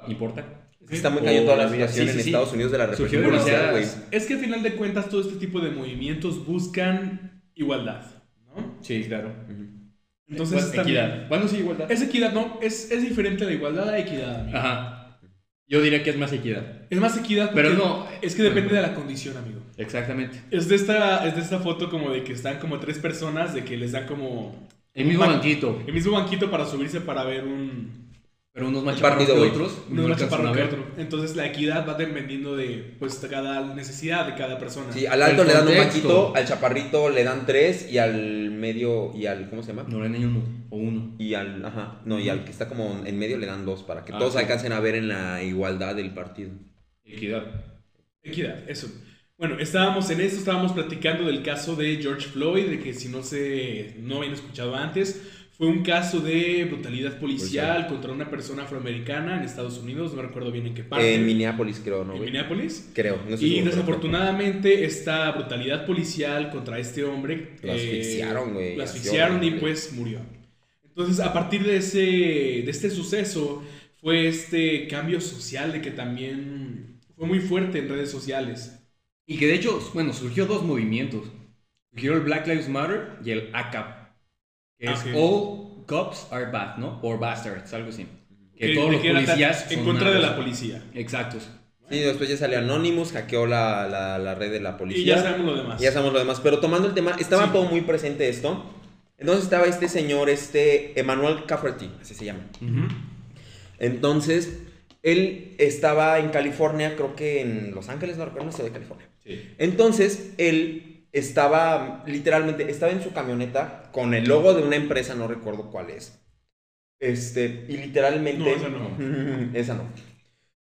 S2: ¿importa?
S3: Está muy cañón toda la
S2: o-
S3: situación
S2: sí, sí,
S3: en
S2: sí.
S3: Estados Unidos de la
S2: Surgió
S3: represión policial, güey.
S2: demasiadas-
S1: Es que al final de cuentas todo este tipo de movimientos buscan igualdad, ¿no?
S2: Sí, claro.
S1: Entonces
S2: Bueno,
S1: también-
S2: equidad. Bueno, sí, igualdad. Ah.
S1: Es equidad, ¿no? Es, es diferente a la igualdad a equidad, amigo.
S2: Ajá. Yo diría que es más equidad.
S1: Es más equidad
S2: Pero
S1: porque
S2: no.
S1: Es que depende de la condición, amigo.
S2: Exactamente.
S1: Es de esta, es de esta foto como de que están como tres personas, de que les da como
S2: El mismo
S1: Ban-
S2: banquito,
S1: el mismo banquito para subirse para ver un,
S2: pero unos más
S3: Un
S2: chaparros que
S3: partido, güey.
S2: otros. y
S1: uno
S2: no
S1: más
S2: alcanzan
S1: chaparro
S2: a
S1: que
S2: ver.
S1: otro. Entonces la equidad va dependiendo de pues cada necesidad de cada persona.
S3: Sí, al alto
S2: El
S3: le dan un
S2: contexto.
S3: maquito, al chaparrito le dan tres y al medio y al ¿cómo se llama?
S2: No le dan ni uno o uno.
S3: Y al ajá, no, y al que está como en medio le dan dos para que
S2: Ah,
S3: todos
S2: sí.
S3: alcancen a ver en la igualdad del partido.
S2: Equidad.
S1: Equidad, eso. Bueno, estábamos en esto, estábamos platicando del caso de George Floyd, de que si no se no habían escuchado antes, fue un caso de brutalidad policial contra una persona afroamericana en Estados Unidos, no recuerdo bien en qué parte.
S3: En Minneapolis creo, ¿no?
S1: en
S3: güey?
S1: Minneapolis.
S3: Creo, no estoy
S1: Y
S3: seguro, pero creo.
S1: desafortunadamente esta brutalidad policial contra este hombre...
S3: Lo asfixiaron, güey,
S1: Lo
S3: así
S1: asfixiaron y
S3: horrible.
S1: pues murió. Entonces a partir de, ese, de este suceso fue este cambio social de que también fue muy fuerte en redes sociales.
S2: Y que de hecho, bueno, surgió dos movimientos. Surgió el Black Lives Matter y el ACAP. Que
S1: Ah,
S2: es
S1: ok.
S2: All Cops Are Bad, ¿no? Or Bastards, algo así. Que
S1: de-
S2: todos
S1: de
S2: los
S1: que era
S2: policías
S1: en
S2: son
S1: contra de la
S2: malos.
S1: policía.
S2: Exactos.
S3: Sí, después ya sale Anonymous, hackeó la, la- la red de la
S1: Y
S3: policía.
S1: ya sabemos lo demás.
S3: Y ya sabemos lo demás. Pero tomando el tema, estaba
S1: Sí.
S3: todo muy presente esto. Entonces estaba este señor, este Emmanuel Cafferty, así se llama. Entonces, él estaba en California, creo que en Los Ángeles, no recuerdo, no sé de California.
S2: Sí.
S3: Entonces, él estaba, literalmente, estaba en su camioneta con el logo de una empresa, no recuerdo cuál es. Este, y literalmente...
S1: No, esa no.
S3: Mm, Esa no.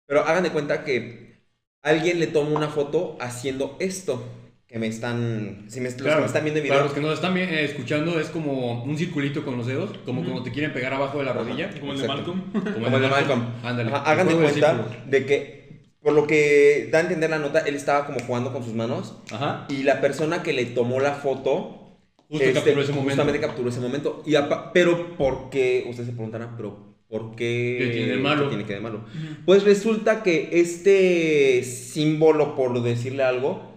S3: Pero hagan de cuenta que alguien le toma una foto haciendo esto. Que me están. Si me, los que me están viendo en video.
S2: Para los que nos están vi- eh, escuchando, es como un circulito con los dedos, como
S1: Ujú.
S2: cuando te quieren pegar abajo de la rodilla.
S1: Como el de
S3: Exacto.
S1: Malcolm.
S3: Como el de Malcolm.
S2: Ándale.
S3: Ajá, hagan de
S2: Juego del
S3: cuenta
S2: círculo.
S3: de que. Por lo que da a entender la nota, él estaba como jugando con sus manos.
S2: Ajá.
S3: Y la persona que le tomó la foto.
S2: Justo
S3: este,
S2: capturó ese momento.
S3: Justamente capturó ese momento. Y apa- pero, ¿por qué? Ustedes se preguntarán, pero. ¿Por qué?
S2: ¿Qué tiene de malo?
S3: ¿Qué tiene que de malo? Pues resulta que este símbolo, por decirle algo,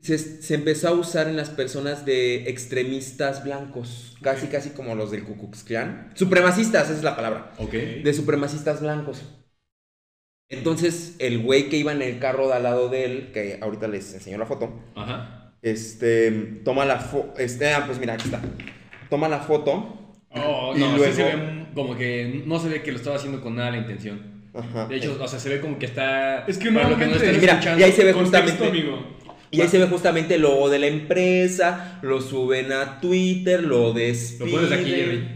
S3: se, se empezó a usar en las personas de extremistas blancos, casi
S1: Ok.
S3: casi como los del Ku Klux Klan. Supremacistas, esa es la palabra.
S2: Ok.
S3: De supremacistas blancos. Entonces, el güey que iba en el carro de al lado de él, que ahorita les enseño la foto,
S2: Ajá.
S3: este, toma la foto, este, ah, pues mira, aquí está. Toma la foto.
S2: Oh,
S3: Y
S2: no, sí
S3: luego-
S2: se ve como que no se ve que lo estaba haciendo con nada la intención.
S3: Ajá.
S2: De hecho, o sea, se ve como que está.
S1: Es que
S2: para lo
S1: nuevamente-
S2: están
S3: Mira,
S2: escuchando-
S3: y ahí se ve
S1: Contexto,
S3: justamente-
S1: amigo.
S3: Y ahí se ve justamente el logo de la empresa, lo suben a Twitter, lo
S2: Lo
S3: despiden.
S2: pones aquí, Jerry.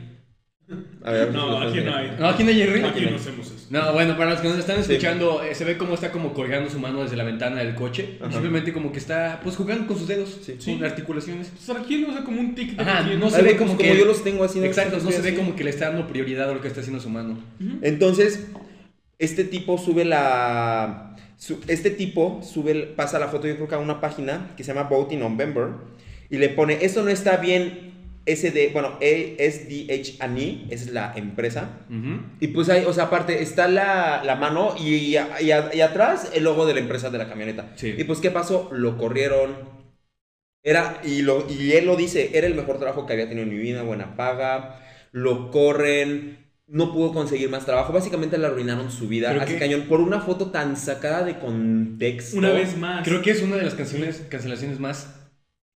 S3: A ver, pues,
S1: No,
S3: lo pones
S1: aquí no
S3: ahí.
S1: hay.
S2: No, aquí no hay Jerry.
S1: Aquí no hacemos eso.
S2: No, bueno, para los que nos están
S3: Sí.
S2: escuchando, eh, se ve cómo está como colgando su mano desde la ventana del coche.
S3: Ajá.
S2: Simplemente como que está, pues, jugando con sus dedos,
S3: Sí.
S2: con articulaciones.
S1: Pues aquí no o sea, como un tic de
S2: Ajá,
S1: aquí,
S2: no
S1: sé.
S2: se ve
S3: Dale,
S2: como
S3: pues,
S2: que-
S3: yo los tengo así.
S2: Exacto, no se ve
S3: Así.
S2: como que le está dando prioridad a lo que está haciendo su mano.
S1: Ujú.
S3: Entonces, este tipo sube la. su- este tipo sube, el- pasa la foto, yo creo que a una página que se llama Voting November y le pone: Esto no está bien. SD, bueno, E SDH&E, esa es la empresa.
S2: Ujú.
S3: Y pues ahí, o sea, aparte está la, la mano y, y a- y a- y atrás el logo de la empresa de la camioneta.
S2: Sí.
S3: Y pues, ¿qué pasó? Lo corrieron. Era, y, lo, y él lo dice, era el mejor trabajo que había tenido en mi vida, buena paga. Lo corren, no pudo conseguir más trabajo. Básicamente le arruinaron su vida.
S2: Creo
S3: Así
S2: que-
S3: cañón, por una foto tan sacada de contexto.
S1: Una vez más.
S2: Creo que es una de las canciones, cancelaciones más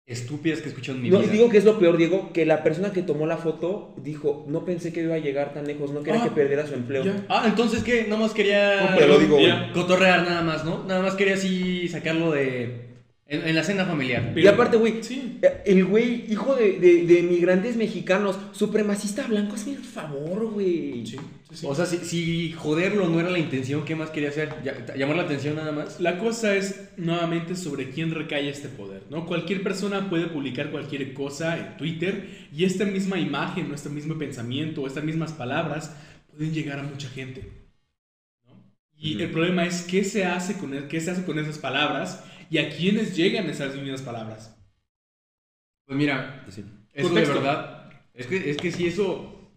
S2: estúpidas que he escuchado en mi
S3: No, y
S2: vida.
S3: digo que es lo peor, Diego, que la persona que tomó la foto dijo, no pensé que iba a llegar tan lejos, no quería
S1: Ah,
S3: que perdiera su empleo.
S1: ya.
S2: Ah, entonces que nada más quería
S3: No, pero lo digo, güey.
S1: Ya.
S2: cotorrear nada más, ¿no? Nada más quería así sacarlo de en, en la cena familiar.
S3: Y aparte, güey,
S1: Sí.
S3: Eh, El güey, hijo de, de, de migrantes mexicanos, supremacista blanco, hazme el favor, güey.
S1: Sí, sí, sí.
S2: O sea, si, si joderlo no era la intención, ¿qué más quería hacer? Ya- llamar la atención nada más.
S1: La cosa es nuevamente sobre quién recae este poder, ¿no? Cualquier persona puede publicar cualquier cosa en Twitter y esta misma imagen, o este mismo pensamiento, o estas mismas palabras pueden llegar a mucha gente. ¿no? Y
S3: Ujú.
S1: el problema es qué se hace con el- qué se hace con esas palabras y a quiénes llegan esas mismas palabras.
S2: Pues mira, Eso
S1: Contexto.
S2: de verdad. Es que, es que si eso.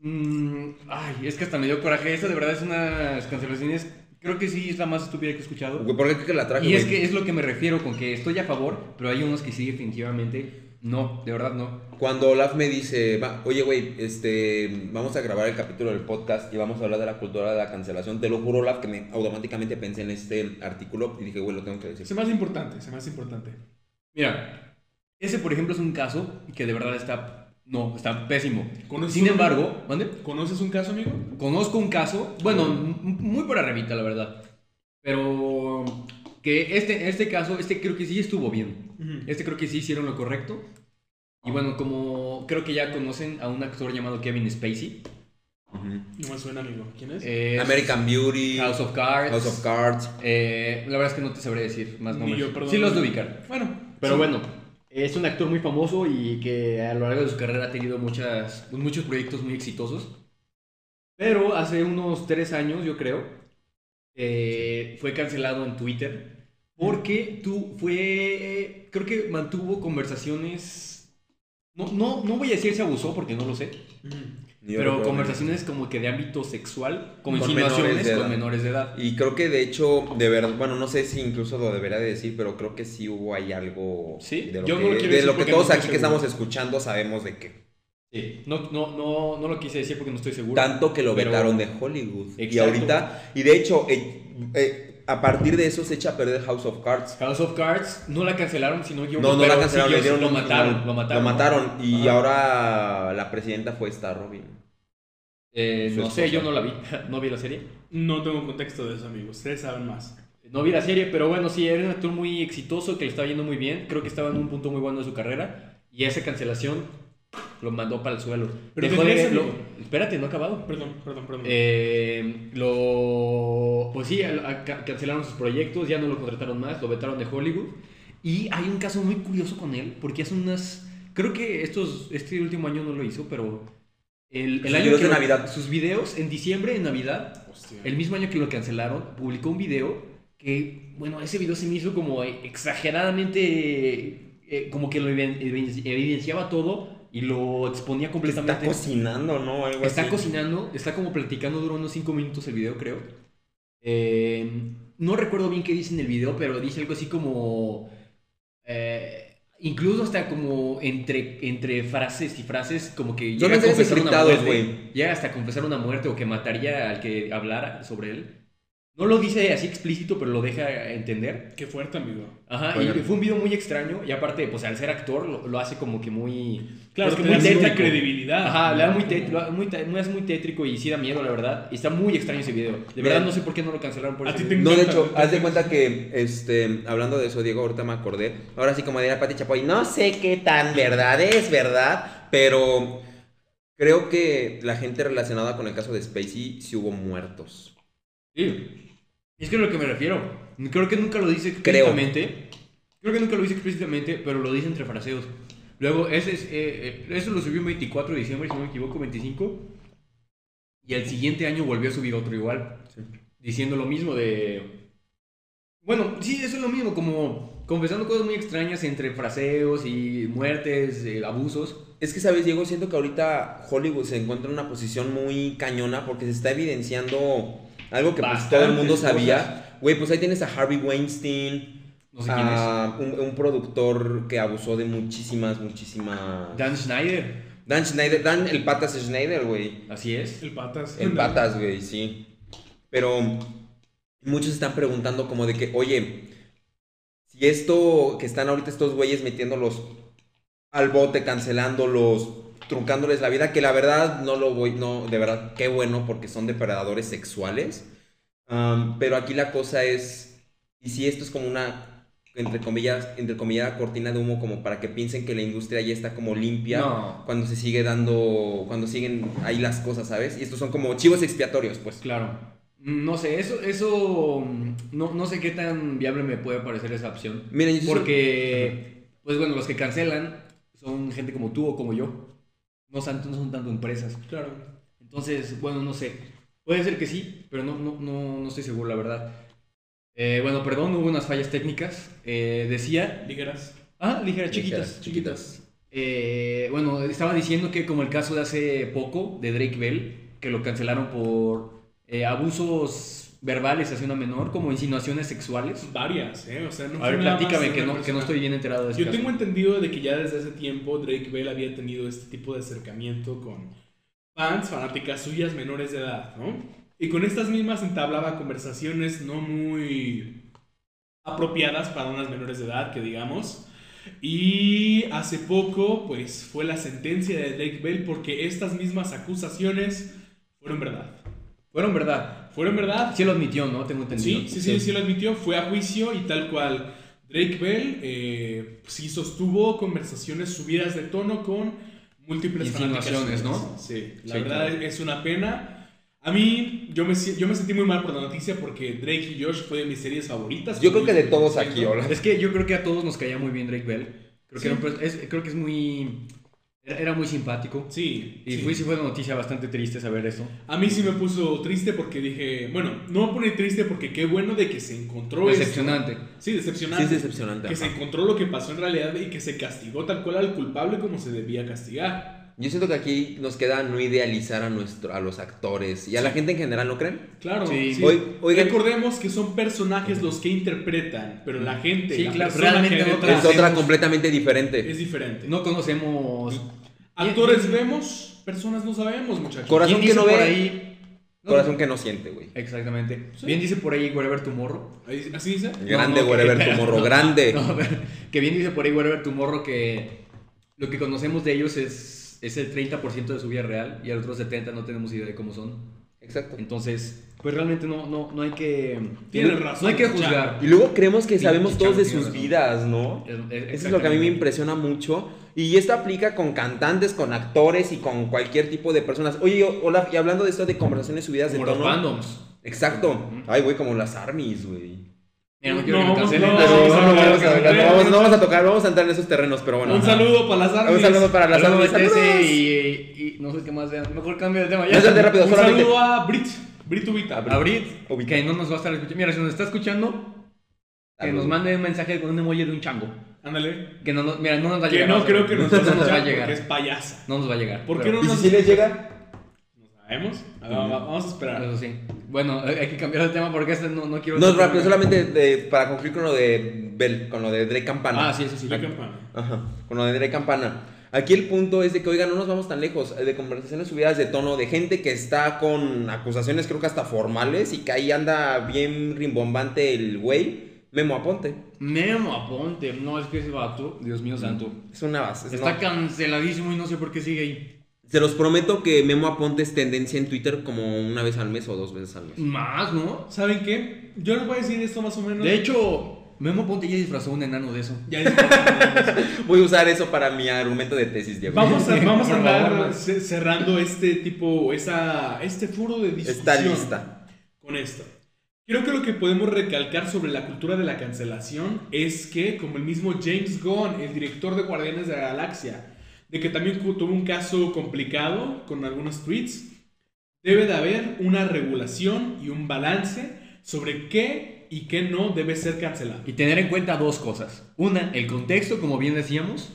S2: mm, ay, es que hasta me dio coraje. Esta de verdad es una cancelaciones. Creo que sí es la más estúpida que he escuchado.
S3: Güey, ¿por qué crees que la traje,
S2: Y es
S3: güey?
S2: que es lo que me refiero con que estoy a favor, pero hay unos que sí, definitivamente. No, de verdad no.
S3: Cuando Olaf me dice, va, oye, güey, este, vamos a grabar el capítulo del podcast y vamos a hablar de la cultura de la cancelación, te lo juro, Olaf, que me automáticamente pensé en este artículo y dije, güey, lo tengo que
S1: Es
S3: decir.
S1: más importante, es más importante.
S2: Mira, ese por ejemplo es un caso que de verdad está. No, está pésimo.
S1: ¿Conoces
S2: Sin
S1: un-
S2: embargo, ¿mande?
S1: ¿Conoces un caso, amigo?
S2: Conozco un caso, bueno, m- muy por arribita, la verdad. Pero que este, este caso, este creo que sí estuvo bien.
S1: Ujú.
S2: Este creo que sí hicieron lo correcto. Y bueno, como creo que ya conocen a un actor llamado Kevin Spacey.
S3: Ujú.
S1: No me suena, amigo. ¿Quién es?
S2: eh,
S3: American Beauty,
S2: House of Cards.
S3: House of Cards.
S2: Eh, la verdad es que no te sabré decir más
S1: Ni
S2: nombres.
S1: yo, perdón.
S2: sí los de ubicar.
S1: Bueno,
S2: Pero
S1: sí.
S2: bueno, es un actor muy famoso y que a lo largo de su carrera ha tenido muchas, pues, muchos proyectos muy exitosos. Pero hace unos tres años, yo creo, eh, fue cancelado en Twitter porque tú fue, creo que mantuvo conversaciones, no, no, no voy a decir si abusó porque no lo sé,
S1: Ujú.
S3: Ni yo
S2: pero
S3: recuerdo.
S2: conversaciones como que de ámbito sexual, con,
S3: Con
S2: insinuaciones
S3: menores de edad.
S2: con menores de edad.
S3: Y creo que de hecho, de verdad, bueno, no sé si incluso lo debería de decir, pero creo que sí hubo ahí algo
S2: Sí,
S3: de lo
S2: yo
S3: que,
S2: no lo quiero
S3: de
S2: decir
S3: lo que
S2: porque
S3: todos
S2: no estoy
S3: aquí que
S2: seguro.
S3: estamos escuchando sabemos de que
S2: Sí, no, no, no, no lo quise decir porque no estoy seguro.
S3: tanto que lo
S2: Pero-
S3: vetaron de Hollywood. Y
S2: Exacto.
S3: ahorita, y de hecho, eh, eh, a partir de eso se echa a perder House of Cards.
S2: House of Cards no la cancelaron, sino yo.
S3: No, no
S2: pero
S3: la cancelaron,
S2: sí,
S3: le dieron
S2: lo,
S3: un-
S2: mataron, lo mataron.
S3: Lo mataron. Y
S2: Ajá.
S3: ahora la presidenta fue esta Robin.
S2: Eh, no
S3: Su
S2: sé,
S3: esposa.
S2: yo no la vi. No vi la serie.
S1: No tengo contexto de eso, amigo. Ustedes saben más.
S2: No vi la serie, pero bueno, sí, era un actor muy exitoso que le estaba yendo muy bien. Creo que estaba en un punto muy bueno de su carrera. Y esa cancelación lo mandó para el suelo.
S1: Pero
S2: Dejó
S1: ¿qué
S2: de-
S1: crees,
S2: lo-
S1: amigo?
S2: Espérate, no he acabado.
S1: Perdón, perdón, perdón.
S2: Eh, lo. Pues sí, a- a- ca- cancelaron sus proyectos, ya no lo contrataron más, lo vetaron de Hollywood. Y hay un caso muy curioso con él, porque hace unas. Creo que estos, este último año no lo hizo, pero. El, el
S3: Sus
S2: año
S3: videos
S2: que
S3: de
S2: lo-
S3: Navidad.
S2: Sus videos en diciembre, en Navidad,
S1: Hostia.
S2: el mismo año que lo cancelaron, publicó un video que, bueno, ese video se me hizo como exageradamente. eh, como que lo even- evidenci- evidenciaba todo y lo exponía completamente.
S3: Está cocinando, ¿no? Algo
S2: Está
S3: así.
S2: cocinando, está como platicando, dura unos 5 minutos el video, creo. Em, Eh, no recuerdo bien qué dice en el video, pero dice algo así como... eh, incluso hasta como entre, entre frases y frases, como que llega
S4: Yo
S2: a
S4: mensajes
S2: confesar una
S4: encriptados,
S2: muerte. Llega hasta a confesar una muerte o que mataría al que hablara sobre él. No lo dice así explícito, pero lo deja entender.
S1: Qué fuerte, amigo.
S2: Ajá,
S4: Bueno.
S2: y fue un video muy extraño. Y aparte, pues al ser actor, lo, lo hace como que muy.
S1: Claro,
S2: pues,
S1: que
S2: muy
S1: muy cierta
S2: tétrico.
S1: credibilidad.
S2: Ajá, le da muy, té- lo da muy, té- lo hace muy tétrico y sí da miedo, la verdad. Y está muy extraño ese video. De
S4: Mira.
S2: verdad, no sé por qué no lo cancelaron por
S1: A
S2: ese
S1: ti te
S2: video.
S4: No, de
S1: encanta,
S4: hecho,
S1: güey.
S4: haz de cuenta que, este, hablando de eso, Diego, ahorita me acordé. Ahora sí, como diría Pati Chapoy, no sé qué tan verdad es, ¿verdad? Pero creo que la gente relacionada con el caso de Spacey sí hubo muertos.
S2: Sí. Es que es lo que me refiero. Creo que nunca lo dice
S4: Creo.
S2: explícitamente. Creo. que nunca lo dice explícitamente, pero lo dice entre fraseos. Luego, ese es, eh, eh, eso lo subió el 24 de diciembre, si no me equivoco, 25. Y el siguiente año volvió a subir otro igual.
S4: Sí.
S2: Diciendo lo mismo de... Bueno, sí, eso es lo mismo, como confesando cosas muy extrañas entre fraseos y muertes, eh, abusos.
S4: Es que, ¿sabes, Diego? Siento que ahorita Hollywood se encuentra en una posición muy cañona porque se está evidenciando algo que pues, todo el
S2: Bastantes
S4: mundo sabía. Güey, pues ahí tienes a Harvey Weinstein,
S2: No sé quién
S4: a un, un productor que abusó de muchísimas, muchísimas...
S2: es. Dan Schneider.
S4: Dan Schneider, Dan el patas Schneider, güey.
S2: Así es.
S1: El patas.
S4: El patas, güey, sí. Pero muchos están preguntando como de que, oye, si esto que están ahorita estos güeyes metiéndolos al bote, cancelándolos, truncándoles la vida, que la verdad no lo voy, no, de verdad, qué bueno porque son depredadores sexuales. Am, pero aquí la cosa es, y si esto es como una, entre comillas, entre comillas, cortina de humo, como para que piensen que la industria ya está como limpia
S2: No,
S4: cuando se sigue dando, cuando siguen ahí las cosas, ¿sabes? Y estos son como chivos expiatorios, pues.
S2: Claro. No sé, eso, eso mm, no, no sé qué tan viable me puede parecer esa opción.
S4: Miren, yo
S2: Porque, pues bueno, los que cancelan son gente como tú o como yo. No son, no son tanto empresas.
S1: Claro.
S2: Entonces, bueno, no sé. Puede ser que sí, pero no, no, no, no estoy seguro, la verdad. Eh, bueno, perdón, hubo unas fallas técnicas. Eh, decía...
S1: Ligeras.
S2: Ah, ligeras, chiquitas. Eh, bueno, estaba diciendo que como el caso de hace poco de Drake Bell, que lo cancelaron por eh, abusos verbales hacia una menor, como insinuaciones sexuales.
S1: Varias, ¿eh? O sea, no
S2: A ver,
S1: fue nada
S2: platícame,
S1: más
S2: que
S1: una
S2: no, que no
S1: persona.
S2: estoy bien enterado de eso.
S1: Yo tengo entendido de que ya desde hace tiempo Drake Bell había tenido este tipo de acercamiento con fans, fanáticas suyas menores de edad, ¿no? Y con estas mismas entablaba conversaciones no muy apropiadas para unas menores de edad, que digamos. Y hace poco, pues, fue la sentencia de Drake Bell porque estas mismas acusaciones fueron verdad.
S2: Fueron verdad.
S1: Fueron verdad,
S2: Sí lo admitió, ¿no? Tengo entendido.
S1: Sí, sí, sí, sí lo admitió, fue a juicio y tal cual. Drake Bell eh, sí sostuvo conversaciones subidas de tono con múltiples fanáticas
S2: Insinuaciones,
S1: suyas.
S2: ¿no?
S1: Sí, la
S2: Sí,
S1: verdad
S2: claro.
S1: es una pena. A mí, yo me, si- yo me sentí muy mal por la noticia porque Drake y Josh fue de mis series favoritas.
S4: Yo creo que de todos aquí, hola.
S2: Es que yo creo que a todos nos caía muy bien Drake Bell. Creo,
S1: Sí.
S2: que, era un pers- es, creo que es muy... Era, era muy simpático.
S1: Sí.
S2: Y
S1: sí.
S2: fue, sí fue una noticia bastante triste saber eso.
S1: A mí sí me puso triste porque dije, bueno, no me pone triste porque qué bueno de que se encontró esto.
S2: Decepcionante.
S1: Sí,
S4: Sí,
S1: decepcionante.
S4: es decepcionante.
S1: que
S4: ajá.
S1: se encontró lo que pasó en realidad y que se castigó tal cual al culpable como se debía castigar.
S4: Yo siento que aquí nos queda no idealizar a, nuestro, a los actores y a la gente en general, ¿no creen?
S1: Claro,
S2: Sí.
S1: sí.
S4: Oy- oigan-
S1: recordemos que son personajes los que interpretan, pero la gente
S2: Sí,
S1: la
S2: claro,
S1: persona
S2: realmente
S1: que hay
S2: otra-
S1: detrás
S4: es otra
S2: hacemos-
S4: completamente diferente.
S1: es diferente.
S2: No conocemos...
S1: Actores vemos, personas no sabemos, muchachos.
S4: Corazón
S2: ¿Quién
S4: que
S2: dice
S4: no
S2: por
S4: ve?
S2: ahí? No,
S4: Corazón que no siente, güey.
S2: Exactamente.
S1: Sí.
S2: Bien dice por ahí Wherever Tomorrow.
S1: Ahí- Así dice.
S4: Grande,
S2: no, que-
S4: whatever, tu morro, grande.
S2: No, que bien dice por ahí Wherever Tomorrow que lo que conocemos de ellos es, es el 30% de su vida real y al otro 70% no tenemos idea de cómo son.
S4: Exacto.
S2: Entonces, pues realmente no, no, no hay que...
S1: Tienes
S2: no-
S1: razón,
S2: No hay que
S1: ya.
S2: juzgar.
S4: Y luego creemos que
S2: Sí,
S4: sabemos
S2: Chavo
S4: todos de
S2: tiene
S4: sus
S2: razón.
S4: vidas, ¿no?
S2: Es- es-
S4: Eso es lo que a mí
S2: exactamente.
S4: me impresiona mucho. Y esto aplica con cantantes, con actores y con cualquier tipo de personas. Oye, yo- Olaf, y hablando de esto de conversaciones subidas
S2: Como
S4: de
S2: los
S4: tono.
S2: fandoms.
S4: Exacto.
S2: Ujú.
S4: Ay, güey, como las armies, güey.
S2: Mira, no quiero que
S1: No,
S2: me cancelen.
S1: no,
S4: Pero
S1: vamos a
S4: no, no
S1: hablar,
S4: vamos a
S1: vamos a
S4: hablar, no
S1: hablar.
S4: vamos- no vamos a tocar, vamos a entrar en esos terrenos, pero bueno.
S1: Un saludo para las armas.
S4: Un saludo para las
S2: Saludos,
S4: armies.
S2: Tese,
S4: ¡Saludos!
S2: y, y no sé qué más. vean. Mejor cambio de tema. Ya.
S4: No sé, de rápido,
S1: Un
S4: solamente-
S1: saludo a Brit, Brit Ubita.
S4: A
S2: Abrid,
S4: Ubita.
S2: que no nos va a estar escuchando. Mira, si nos está escuchando, que nos mande un mensaje con un emoji de un chango.
S1: Ándale.
S2: Que no, nos- mira, no nos va a
S1: Que
S2: llegar.
S1: no creo que nos,
S2: no
S1: escuche
S2: nos va a
S1: porque
S2: llegar.
S1: es payasa.
S2: No nos va a llegar.
S1: ¿Por qué
S2: pero-
S1: no
S4: ¿Y
S1: nos
S4: si sí les llega?
S1: No sabemos? A ver, Vamos a esperar.
S2: Eso sí. Bueno, eh, hay que cambiar de tema porque este no, no quiero...
S4: No, rápido, solamente de- para concluir con lo de Bel- con lo de Drake Campana.
S2: Ah, sí, sí, sí.
S1: La campana.
S4: Ajá, con lo de Drake Campana. Aquí el punto es de que, oiga, no nos vamos tan lejos. eh, De conversaciones subidas de tono, de gente que está con acusaciones, creo que hasta formales, y que ahí anda bien rimbombante el güey. Memo Aponte.
S2: Memo Aponte, no, es que ese vato, Dios
S1: Mm.
S2: mío santo,
S4: Es una base. es
S2: está
S4: no.
S2: canceladísimo y no sé por qué sigue ahí.
S4: Se los prometo que Memo Aponte es tendencia en Twitter como una vez al mes o dos veces al mes.
S2: Más, ¿no?
S1: ¿Saben qué? Yo les voy a decir esto más o menos.
S2: De hecho, Memo Aponte ya disfrazó un enano de eso.
S1: Ya es-
S4: Voy a usar eso para mi argumento de tesis, Diego.
S1: vamos a, vamos a
S2: Por
S1: andar
S2: favor, man.
S1: ce- cerrando este tipo, esa, este foro de discusión.
S4: Está lista.
S1: con esto. Creo que lo que podemos recalcar sobre la cultura de la cancelación es que, como el mismo James Gunn, el director de Guardianes de la Galaxia, de que también cu- tuvo un caso complicado con algunos tweets, debe de haber una regulación y un balance sobre qué y qué no debe ser cancelado.
S2: Y tener en cuenta dos cosas. Una, el contexto, como bien decíamos,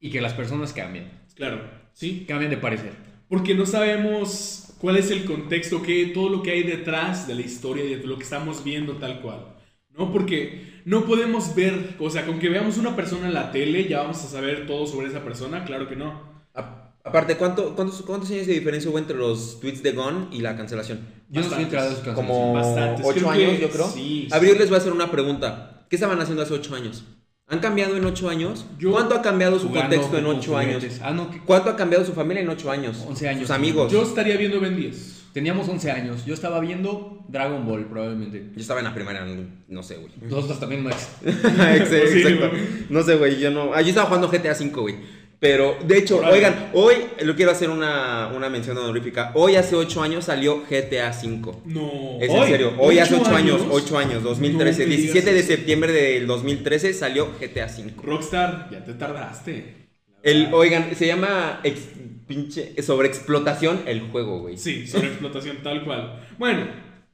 S2: y que las personas cambien.
S1: Claro, sí.
S2: Cambian de parecer.
S1: Porque no sabemos cuál es el contexto, qué, todo lo que hay detrás de la historia y de lo que estamos viendo tal cual. ¿No? Porque no podemos ver, o sea, con que veamos una persona en la tele, ya vamos a saber todo sobre esa persona, claro que no.
S4: A- Aparte, ¿cuánto, cuántos, ¿cuántos años de diferencia hubo entre los tweets de Gunn y la cancelación?
S2: Yo no estoy
S1: Bastantes.
S2: enterado de sus canciones.
S4: Como
S1: Bastantes,
S4: ocho
S1: creo que-
S4: años, yo creo.
S1: sí,
S4: A ver, yo
S1: sí.
S4: les voy a hacer una pregunta. ¿Qué estaban haciendo hace ocho años? ¿Han cambiado en ocho años?
S1: Yo-
S4: ¿Cuánto ha cambiado su
S2: Jugando
S4: contexto en
S2: con
S4: ocho años?
S2: juguetes. Ah, no, que-
S4: ¿Cuánto ha cambiado su familia en ocho años?
S2: 11 años.
S4: Sus amigos.
S1: Yo
S4: Yo,
S1: estaría viendo Ben 10.
S2: teníamos 11 años. Yo estaba viendo Dragon Ball, probablemente.
S4: estaba en la primaria, no sé, güey.
S2: Nosotros también, Max.
S4: Exacto,
S1: Sí,
S4: exacto.
S1: güey.
S4: No sé, güey, yo no. Ah, yo estaba jugando GTA V, güey. Pero, de hecho,
S1: Órale.
S4: oigan, hoy lo quiero hacer una, una mención honorífica. Hoy hace ocho años salió GTA V.
S1: No.
S4: Es en serio, hoy hace
S1: ¿Ocho
S4: ocho años, ocho años, 2013,
S1: No me digas
S4: 17 de
S1: eso.
S4: septiembre del 2013 salió GTA V.
S1: Rockstar, ya te tardaste.
S4: El,
S1: Ah.
S4: oigan, se llama ex, pinche sobreexplotación el juego, güey.
S1: Sí, sobre explotación tal cual. Bueno,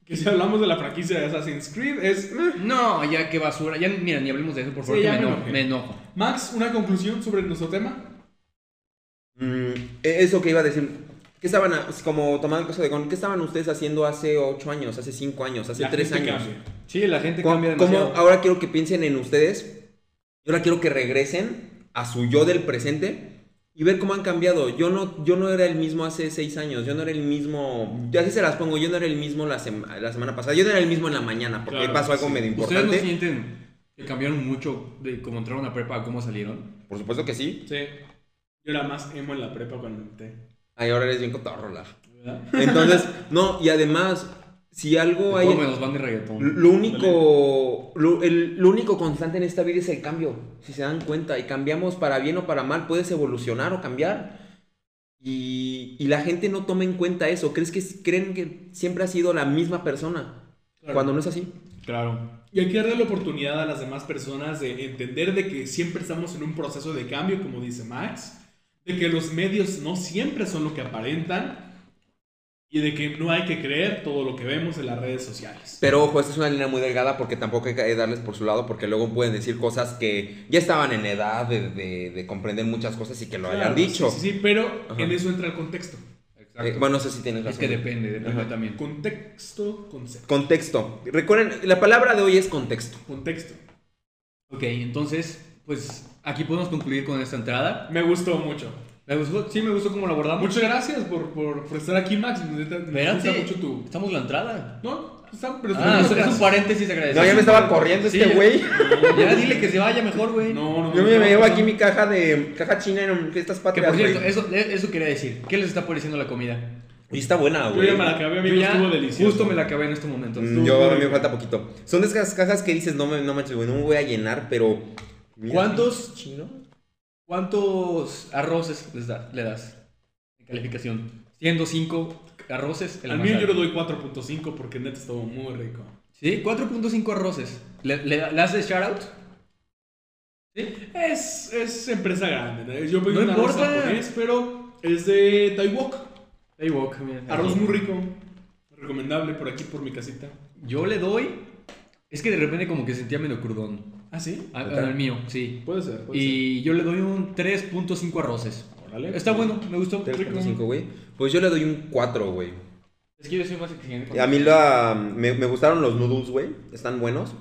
S1: que si hablamos de la franquicia de Assassin's Creed, es... eh.
S2: No, ya qué basura. Ya, mira, ni hablemos de eso, por favor,
S1: Sí,
S2: que
S1: ya
S2: me,
S1: me
S2: enojo,
S1: enojé.
S2: me enojo.
S1: Max, una conclusión sobre nuestro tema.
S4: Mm, eso que iba a decir. ¿Qué estaban, a- como tomando el caso de Gon, qué estaban ustedes haciendo hace ocho años, hace cinco años, hace
S1: La
S4: tres
S1: gente
S4: años?
S1: cambia.
S2: Sí, la gente
S4: ¿Cómo- cómo- ahora quiero que piensen en ustedes. Yo ahora quiero que regresen a su yo del presente y ver cómo han cambiado. Yo no, yo no era el mismo hace seis años. Yo no era el mismo. yo así se las pongo. Yo no era el mismo la, sema- la semana pasada. Yo no era el mismo en la mañana porque
S1: Claro,
S4: pasó algo
S1: sí.
S4: medio
S2: ¿Ustedes no
S4: importante.
S2: sienten que cambiaron mucho de cómo entraron a prepa a cómo salieron?
S4: Por supuesto que sí.
S1: Sí. Yo era más emo en la prepa cuando entré.
S4: Ay, ahora eres bien cotorro, Laf.
S1: ¿verdad?
S4: Entonces, no, y además, si algo hay.
S2: ¿Cómo me los van de reggaetón?
S4: Lo único, lo, el- lo único constante en esta vida es el cambio, si se dan cuenta, y cambiamos para bien o para mal, puedes evolucionar o cambiar. Y, y la gente no toma en cuenta eso, ¿Crees que, creen que siempre ha sido la misma persona,
S1: Claro.
S4: cuando no es así.
S2: Claro.
S1: Y hay que darle la oportunidad a las demás personas de entender de que siempre estamos en un proceso de cambio, como dice Max, de que los medios no siempre son lo que aparentan y de que no hay que creer todo lo que vemos en las redes sociales.
S4: Pero ojo, esta es una línea muy delgada porque tampoco hay que darles por su lado, porque luego pueden decir cosas que ya estaban en edad de, de- de comprender muchas cosas y que lo hayan
S1: Claro,
S4: dicho.
S1: Sí, sí, sí, pero
S4: Ajá.
S1: en eso entra el contexto.
S2: Exacto.
S4: Eh, bueno, eso sí tienes razón.
S2: es que depende, depende
S4: Ajá.
S2: también.
S1: Contexto, concepto.
S4: Contexto. Recuerden, la palabra de hoy es contexto.
S1: Contexto.
S2: Ok, entonces, pues aquí podemos concluir con esta entrada.
S1: Me gustó mucho.
S2: Me gustó- sí, me gustó cómo lo abordamos.
S1: Muchas gracias por, por, por estar aquí, Max. Me, me gusta
S2: Espérate,
S1: mucho tu.
S2: Estamos en la entrada.
S1: No, Pues, está, pero
S2: Ah, es,
S1: gracias.
S2: es un paréntesis agradecido.
S4: No, ya me estaba corriendo
S2: Sí,
S4: este
S2: ya-
S4: güey.
S2: Ya dile que se vaya mejor, güey.
S1: No, no,
S4: Yo
S1: no,
S4: me,
S1: no,
S4: llevo
S1: no.
S4: aquí mi caja de caja china en estas
S2: Que
S4: patrias.
S2: por cierto,
S4: güey.
S2: eso, eso quería decir. ¿Qué les está pareciendo la comida?
S4: Y está buena,
S1: Yo
S4: güey.
S1: ya me la acabé, amigo,
S2: Yo ya
S1: estuvo delicioso.
S2: Justo me la acabé en este momento.
S4: Mm, Yo a mí me falta poquito. Son de esas cajas que dices, no me no manches, güey, no me voy a llenar, pero mira,
S2: ¿Cuántos-
S4: chino?
S2: ¿Cuántos arroces les da- le das? En calificación. 105 arroces. el
S1: Al
S2: más
S1: mío yo
S2: alto.
S1: le doy 4.5 porque neta estuvo muy rico.
S2: Sí, 4.5 arroces. ¿Le, le, le haces shout out? Sí.
S1: Es, es empresa grande. ¿no? Yo pedí
S2: No
S1: un arroz
S2: importa.
S1: japonés, pero es de Taiwok.
S2: Ahí voy, mira.
S1: Arroz muy rico. Recomendable por aquí, por mi casita.
S2: Yo le doy. Es que de repente como que sentía medio crudón.
S1: ¿Ah, sí?
S2: Al,
S4: Total.
S2: al mío, sí.
S1: Puede ser, puede
S2: Y yo le doy un 3.5 arroces.
S1: ser. Órale.
S2: Está bueno, me gustó.
S4: 3.5, güey. Pues yo le doy un 4, güey.
S5: Es que yo soy más exigente. con-
S4: A mí la, me, me gustaron los noodles, güey. Están buenos.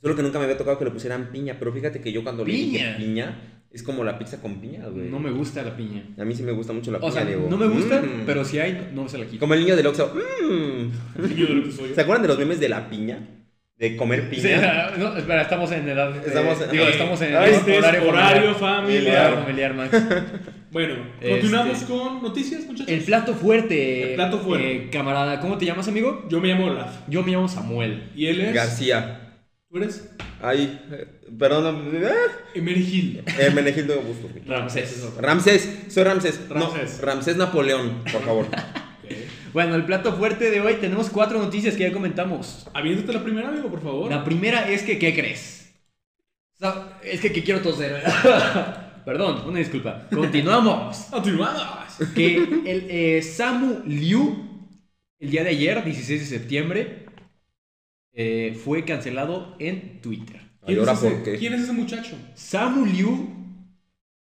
S4: Solo que nunca me había tocado que le pusieran piña. Pero fíjate que yo cuando le
S2: Piña.
S4: dije piña, es como la pizza con piña, güey.
S2: No me gusta la piña.
S4: A mí sí me gusta mucho la
S2: O
S4: piña,
S2: sea,
S4: Diego.
S2: no me gusta,
S4: Mm.
S2: pero si hay, no se la quito.
S4: Como el niño del Oxxo. Mm.
S1: Niño de lo que soy yo.
S4: ¿Se acuerdan de los memes de la piña? De comer
S5: Sí,
S4: piña.
S5: no, espera, estamos en edad. eh,
S4: Estamos en-
S5: digo, estamos en
S1: Este es horario,
S5: horario familiar,
S1: familiar.
S5: familiar, Max.
S1: Bueno,
S2: Este-
S1: continuamos con noticias, muchachos.
S2: El plato fuerte.
S1: El plato fuerte.
S2: eh, camarada, ¿cómo te llamas, amigo?
S1: Yo me llamo Olaf.
S2: Yo me llamo Samuel.
S1: Y él es.
S4: García.
S1: Tú eres.
S4: Ay, eh, perdón. eh,
S1: Emery Gil.
S4: eh, Menegildo de Augusto. güey.
S2: Ramsés.
S4: Ramsés, soy Ramsés.
S1: Ramsés.
S4: No, Ramsés Napoleón, por favor.
S2: Bueno, el plato fuerte de hoy tenemos cuatro noticias que ya comentamos.
S1: Aviéntate la primera, amigo, por favor.
S2: La primera es que, ¿qué crees? Sa- Es que, que quiero toser. Perdón, una disculpa. Continuamos.
S1: Continuamos.
S2: que el eh, Samu Liu, el día de ayer, 16 de septiembre, eh, fue cancelado en Twitter.
S4: ¿Y
S1: es
S4: ahora
S1: ese-
S4: por qué?
S1: quién es ese muchacho?
S2: Samu Liu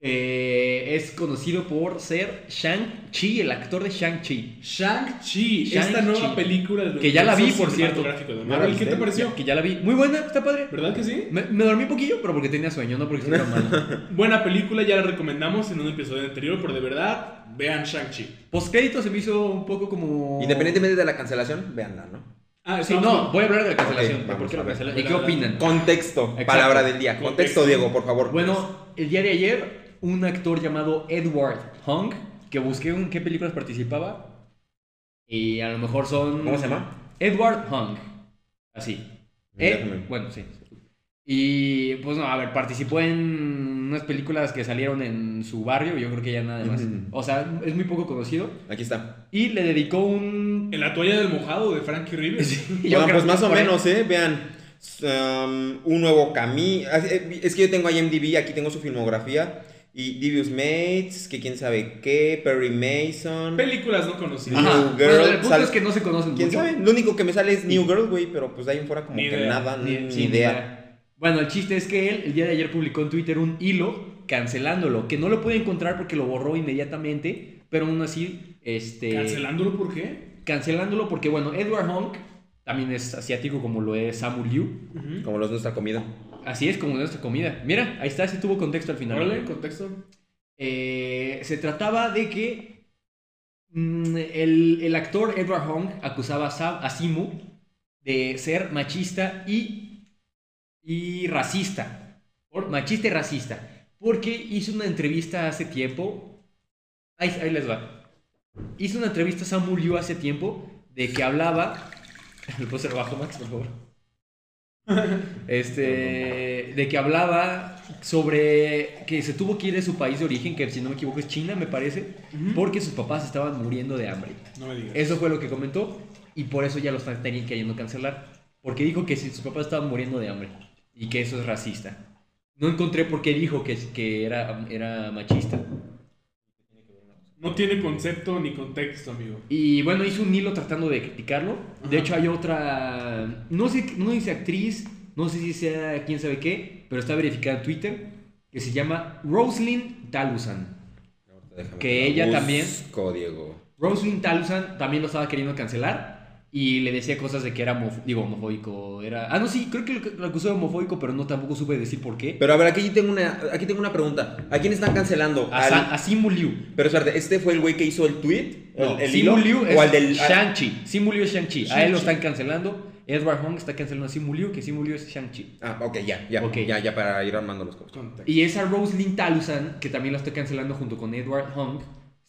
S2: eh, es conocido por ser Shang-Chi, el actor de Shang-Chi.
S1: Shang-Chi. esta
S2: Shang-Chi.
S1: nueva película del
S2: Que ya la vi,
S1: universo
S2: por cierto.
S1: cinematográfico de Marvel. ¿Qué te pareció?
S2: Que ya la vi. Muy buena, está padre.
S1: ¿Verdad que sí?
S2: Me, me dormí un poquillo, pero porque tenía sueño, no porque estuviera mal.
S1: Buena película, ya la recomendamos en un episodio anterior, pero de verdad, vean Shang-Chi.
S2: Postcrédito se me hizo un poco como.
S4: Independientemente de la cancelación, véanla, ¿no?
S1: Ah,
S2: Sí, no,
S1: bueno.
S2: voy a hablar de la cancelación.
S4: Ok,
S2: de ¿Por
S4: vamos
S2: qué
S4: a
S2: la
S4: ver.
S2: cancelaron? ¿Y qué opinan?
S4: Contexto,
S2: Exacto.
S4: palabra del día.
S1: Contexto.
S4: Contexto, Diego, por favor.
S2: Bueno, el día de ayer, un actor llamado Edward Hong, que busqué en qué películas participaba, y a lo mejor son...
S4: ¿Cómo se llama?
S2: Edward Hong. Así.
S4: Mira,
S2: Eh,
S4: déjame.
S2: bueno, sí. Y pues no, a ver, participó en unas películas que salieron en su barrio, yo creo que ya nada más.
S4: Ujú.
S2: O sea, es muy poco conocido.
S4: Aquí está.
S2: Y le dedicó un...
S1: En la toalla del mojado de Frankie Rivers.
S2: yo creo
S4: Oigan, pues
S2: que
S4: más o
S2: por ahí-
S4: menos, ¿eh? Vean. s- um, un nuevo camino. Es que yo tengo IMDb, aquí tengo su filmografía. Y Devious Mates, que quién sabe qué, Perry Mason.
S1: Películas no conocidas.
S2: Ajá.
S4: New
S2: Bueno,
S4: Girl,
S2: el punto
S4: sal-
S2: es que no se conocen
S4: ¿Quién
S2: mucho.
S4: sabe? Lo único que me sale es New Girl, güey, pero pues de ahí en fuera como
S1: Ni
S4: que
S1: idea,
S4: nada, ni,
S2: Ni-
S4: ni
S2: sí, ni
S4: Mm, idea.
S2: idea. Bueno, el chiste es que él el día de ayer publicó en Twitter un hilo cancelándolo, que no lo pude encontrar porque lo borró inmediatamente, pero aún así, este,
S1: ¿Cancelándolo por qué?
S2: cancelándolo porque, bueno, Edward Hong también es asiático como lo es Samu Liu,
S1: Ujú.
S4: Como los de nuestra comida.
S2: así es como nuestra comida. Mira, ahí está, sí tuvo contexto al final.
S1: Órale, contexto.
S2: Eh, se trataba de que mm, el, el actor Edward Hong acusaba a, Sa- a Simu de ser machista y, y racista. Por- machista y racista. Porque hizo una entrevista hace tiempo. Ahí, ahí les va. Hizo una entrevista a Samu Liu hace tiempo de que hablaba. ¿Lo puedo hacer bajo, Max, por favor? Este, de que hablaba sobre que se tuvo que ir de su país de origen, que si no me equivoco es China, me parece,
S1: Ujú.
S2: porque sus papás estaban muriendo de hambre.
S1: No me digas.
S2: Eso fue lo que comentó y por eso ya los están teni- queriendo cancelar, porque dijo que si sus papás estaban muriendo de hambre y que eso es racista. No encontré por qué dijo que, que era, era machista.
S1: No tiene concepto ni contexto, amigo.
S2: Y bueno, hizo un hilo tratando de criticarlo.
S1: Ajá.
S2: De hecho, hay otra. No sé, no dice actriz, no sé si sea quién sabe qué, pero está verificada en Twitter, que se llama Rosalind Talusan.
S4: Déjame
S2: Que
S4: la
S2: ella también-
S4: busco, Diego.
S2: Rosalind Talusan también lo estaba queriendo cancelar y le decía cosas de que era homof- digo, homofóbico. Era... Ah, no, sí, creo que lo, lo acusó de homofóbico, pero no tampoco supe decir por qué.
S4: Pero a ver, aquí tengo una, aquí tengo una pregunta. ¿A quién están cancelando?
S2: A,
S4: Al-
S2: Sa- a Simu Liu.
S4: Pero espérate, ¿este fue el güey que hizo el tweet? ¿El,
S2: No,
S4: el
S2: Simu
S4: hilo?
S2: Liu es
S4: ¿O al del a-
S2: Shang-Chi. Simu Liu es Shang-Chi. A él
S1: Shang-Chi.
S2: lo están cancelando. Edward Hong está cancelando a Simu Liu, que Simu Liu es Shang-Chi.
S4: Ah, ok, ya, ya,
S2: Ok.
S4: ya, ya para ir armando los cosas.
S1: Contexto.
S2: Y esa Rosalind Talusan, que también la estoy cancelando junto con Edward Hong,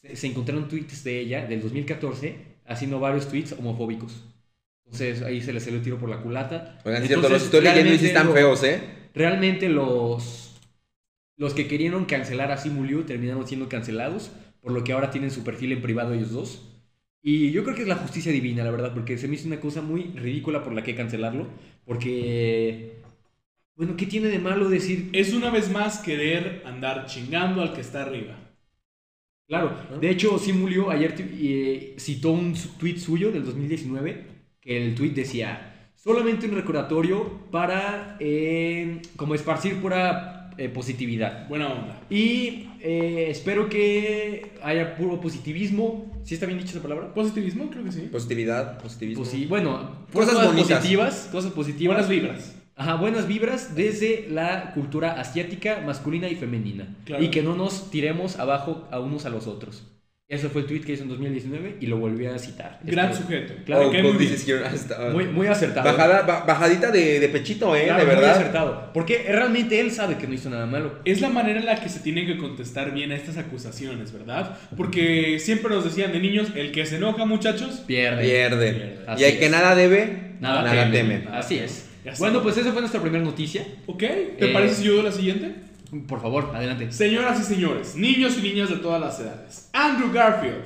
S2: se, se encontraron tweets de ella del 2014 haciendo varios tweets homofóbicos. Entonces ahí se les salió el tiro por la culata.
S4: Oigan,
S2: Entonces,
S4: es cierto, los estoy leyendo y sí
S2: realmente
S4: están
S2: lo-
S4: feos, ¿eh?
S2: Realmente los, los que querían cancelar a Simu Liu terminaron siendo cancelados, por lo que ahora tienen su perfil en privado ellos dos. Y yo creo que es la justicia divina, la verdad, porque se me hizo una cosa muy ridícula por la que cancelarlo, porque... Bueno, ¿qué tiene de malo decir
S1: Es una vez más querer andar chingando al que está arriba.
S2: Claro, de hecho Simulio ayer tu- eh, citó un su- tuit suyo del 2019 que el tuit decía solamente un recordatorio para eh, como esparcir pura eh, positividad.
S1: Buena onda.
S2: Y eh, espero que haya puro positivismo. ¿Sí está bien dicha esa palabra?
S1: Positivismo, creo que sí.
S3: Positividad, positivismo.
S2: Pues sí, bueno,
S3: Cosas bonitas.
S2: positivas, cosas positivas.
S1: Buenas vibras.
S2: Ajá, buenas vibras desde la cultura asiática, masculina y femenina.
S1: Claro.
S2: Y que no nos tiremos abajo a unos a los otros. Eso fue el tweet que hizo en 2019 y lo volví a citar.
S1: Gran
S2: Espero-
S1: sujeto.
S2: Claro,
S1: Me
S3: Oh,
S1: cae
S3: God,
S1: muy
S3: this
S1: bien.
S3: is here. Hasta-
S2: Muy, muy acertado.
S3: Bajada, ba- bajadita de, de pechito, ¿eh?
S2: Claro,
S3: de
S2: muy
S3: verdad.
S2: acertado. Porque realmente él sabe que no hizo nada malo.
S1: Es la manera en la que se tienen que contestar bien a estas acusaciones, ¿verdad? Porque siempre nos decían de niños, el que se enoja, muchachos,
S2: Pierde.
S3: Pierde.
S1: pierde.
S2: Así
S3: Y el que
S2: es.
S3: nada debe,
S2: Nada,
S3: nada,
S2: teme.
S3: teme.
S2: Así es.
S1: Ya está.
S2: Bueno, pues esa fue nuestra primera noticia.
S1: ¿Ok? ¿Te
S2: Eh.
S1: parece si yo doy la siguiente?
S2: Por favor, adelante.
S1: Señoras y señores, niños y niñas de todas las edades. Andrew Garfield.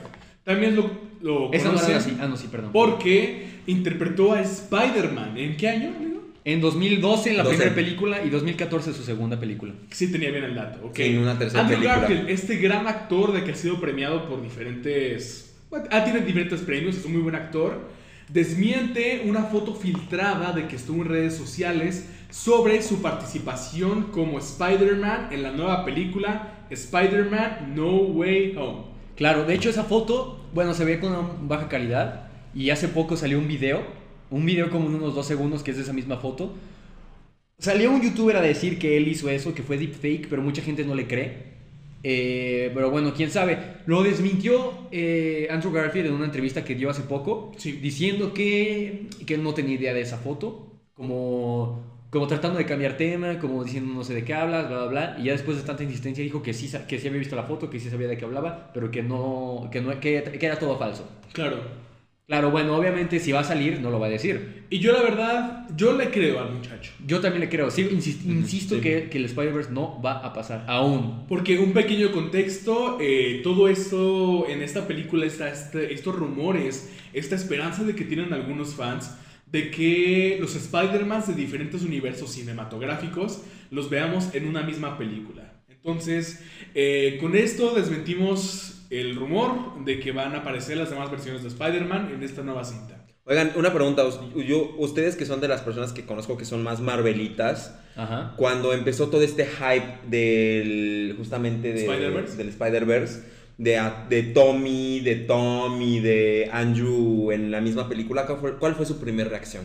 S1: También lo, lo
S2: Esa no era
S1: conocen
S2: así. Ah, no, sí, perdón.
S1: porque interpretó a Spider-Man. ¿En qué año, amigo?
S2: En 2012 la
S3: 12.
S2: primera película y 2014 su segunda película.
S1: Sí tenía bien el dato, ok.
S3: Sí, en una tercera
S1: Andrew
S3: película.
S1: Garfield, este gran actor de que ha sido premiado por diferentes... Ah, tiene diferentes premios, es un muy buen actor. Desmiente una foto filtrada de que estuvo en redes sociales sobre su participación como Spider-Man en la nueva película Spider-Man No Way Home.
S2: Claro, de hecho esa foto, bueno, se ve con una baja calidad y hace poco salió un video, un video como de unos dos segundos que es de esa misma foto. Salió un youtuber a decir que él hizo eso, que fue deepfake, pero mucha gente no le cree. Eh, pero bueno, quién sabe. Lo desmintió eh, Andrew Garfield en una entrevista que dio hace poco,
S1: Sí.
S2: diciendo que, que él no tenía idea de esa foto, como, como tratando de cambiar tema, como diciendo no sé de qué hablas, bla, bla, bla. Y ya después de tanta insistencia dijo que sí, sa- que sí había visto la foto, que sí sabía de qué hablaba, pero que no, que, no que, que era todo falso.
S1: Claro.
S2: Claro, bueno, obviamente si va a salir no lo va a decir.
S1: Y yo la verdad, yo le creo al muchacho.
S2: Yo también le creo, sí, insis- insisto
S3: sí.
S2: que, que el Spider-Verse no va a pasar aún.
S1: Porque un pequeño contexto, eh, todo esto en esta película, está este- estos rumores, esta esperanza de que tienen algunos fans, de que los Spider-Man de diferentes universos cinematográficos los veamos en una misma película. Entonces, eh, con esto desmentimos el rumor de que van a aparecer las demás versiones de Spider-Man en esta nueva cinta.
S3: Oigan, una pregunta. us- yo- ustedes que son de las personas que conozco que son más marvelitas,
S2: Ajá.
S3: cuando empezó todo este hype del. justamente de-
S1: Spider-Verse.
S3: del Spider-Verse, de, a- de Tommy, de Tom y de Andrew en la misma película, ¿cuál fue, cuál fue su primera reacción?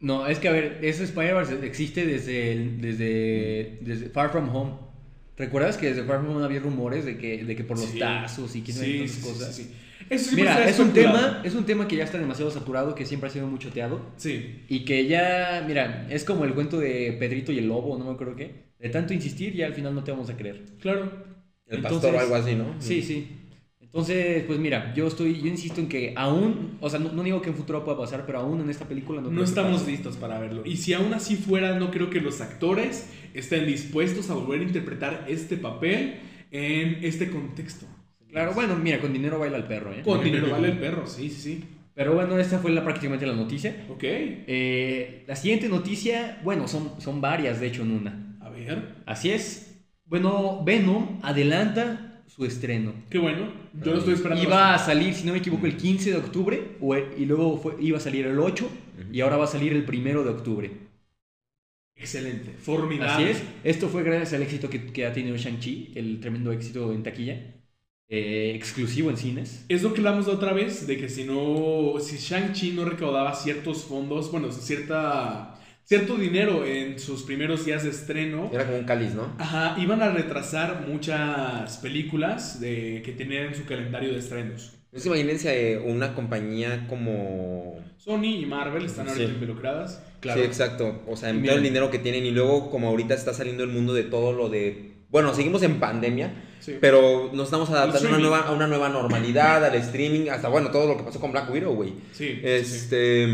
S2: No, es que a ver, ese Spider-Verse existe desde, el- desde, desde Far From Home. ¿Recuerdas que desde Far From Home había rumores de que, de que por los
S1: Sí.
S2: tazos y quién sabe
S1: Sí,
S2: qué
S1: sí, sí,
S2: cosas?
S1: sí, sí. Eso siempre
S2: Mira,
S1: está
S2: es un,
S1: especulado.
S2: tema, es un tema que ya está demasiado saturado, que siempre ha sido muy choteado.
S1: Sí,
S2: Y que ya, mira, es como el cuento de Pedrito y el Lobo, no me acuerdo qué. De tanto insistir, ya al final no te vamos a creer.
S1: claro.
S3: El
S2: Entonces-
S3: pastor o algo así, ¿no?
S2: Sí, sí. Entonces, pues mira, yo estoy, yo insisto en que aún, o sea, no, no digo que en futuro pueda pasar, pero aún en esta película no
S1: No
S2: creo que
S1: estamos
S2: pase.
S1: listos para verlo. Y si aún así fuera, no creo que los actores estén dispuestos a volver a interpretar este papel en este contexto.
S2: Claro, bueno, mira, con dinero baila el perro, ¿eh?
S1: Con dinero vale el perro, sí, sí, sí.
S2: Pero bueno, esta fue la, prácticamente la noticia.
S1: Ok,
S2: Eh, la siguiente noticia, bueno, son, son varias de hecho en una.
S1: a ver.
S2: Así es. Bueno, Venom adelanta su estreno.
S1: Qué bueno. Yo lo estoy esperando.
S2: Iba a
S1: bastante.
S2: salir, si no me equivoco, el 15 de octubre o el- y luego fue- iba a salir el 8 y ahora va a salir el 1 de octubre.
S1: Excelente. Formidable.
S2: Así es. Esto fue gracias al éxito que, que ha tenido Shang-Chi, el tremendo éxito en taquilla, eh, exclusivo en cines.
S1: Es lo que hablamos la otra vez, de que si no, si Shang-Chi no recaudaba ciertos fondos, bueno, cierta, cierto dinero en sus primeros días de estreno,
S3: Era como un cáliz, ¿no?
S1: Ajá, iban a retrasar muchas películas de, que tenían en su calendario de estrenos.
S3: Entonces imagínense eh, una compañía como...
S1: Sony y Marvel están ahorita
S3: Sí.
S1: involucradas.
S3: Sí, exacto. O sea,
S2: Y
S3: en
S2: mira.
S3: todo el dinero que tienen y luego como ahorita está saliendo el mundo de todo lo de... Bueno, seguimos en pandemia,
S1: Sí.
S3: pero nos estamos adaptando a una
S1: streaming.
S3: nueva, a una nueva normalidad, al streaming, hasta bueno, todo lo que pasó con Black Widow, güey.
S1: sí, sí.
S3: Este...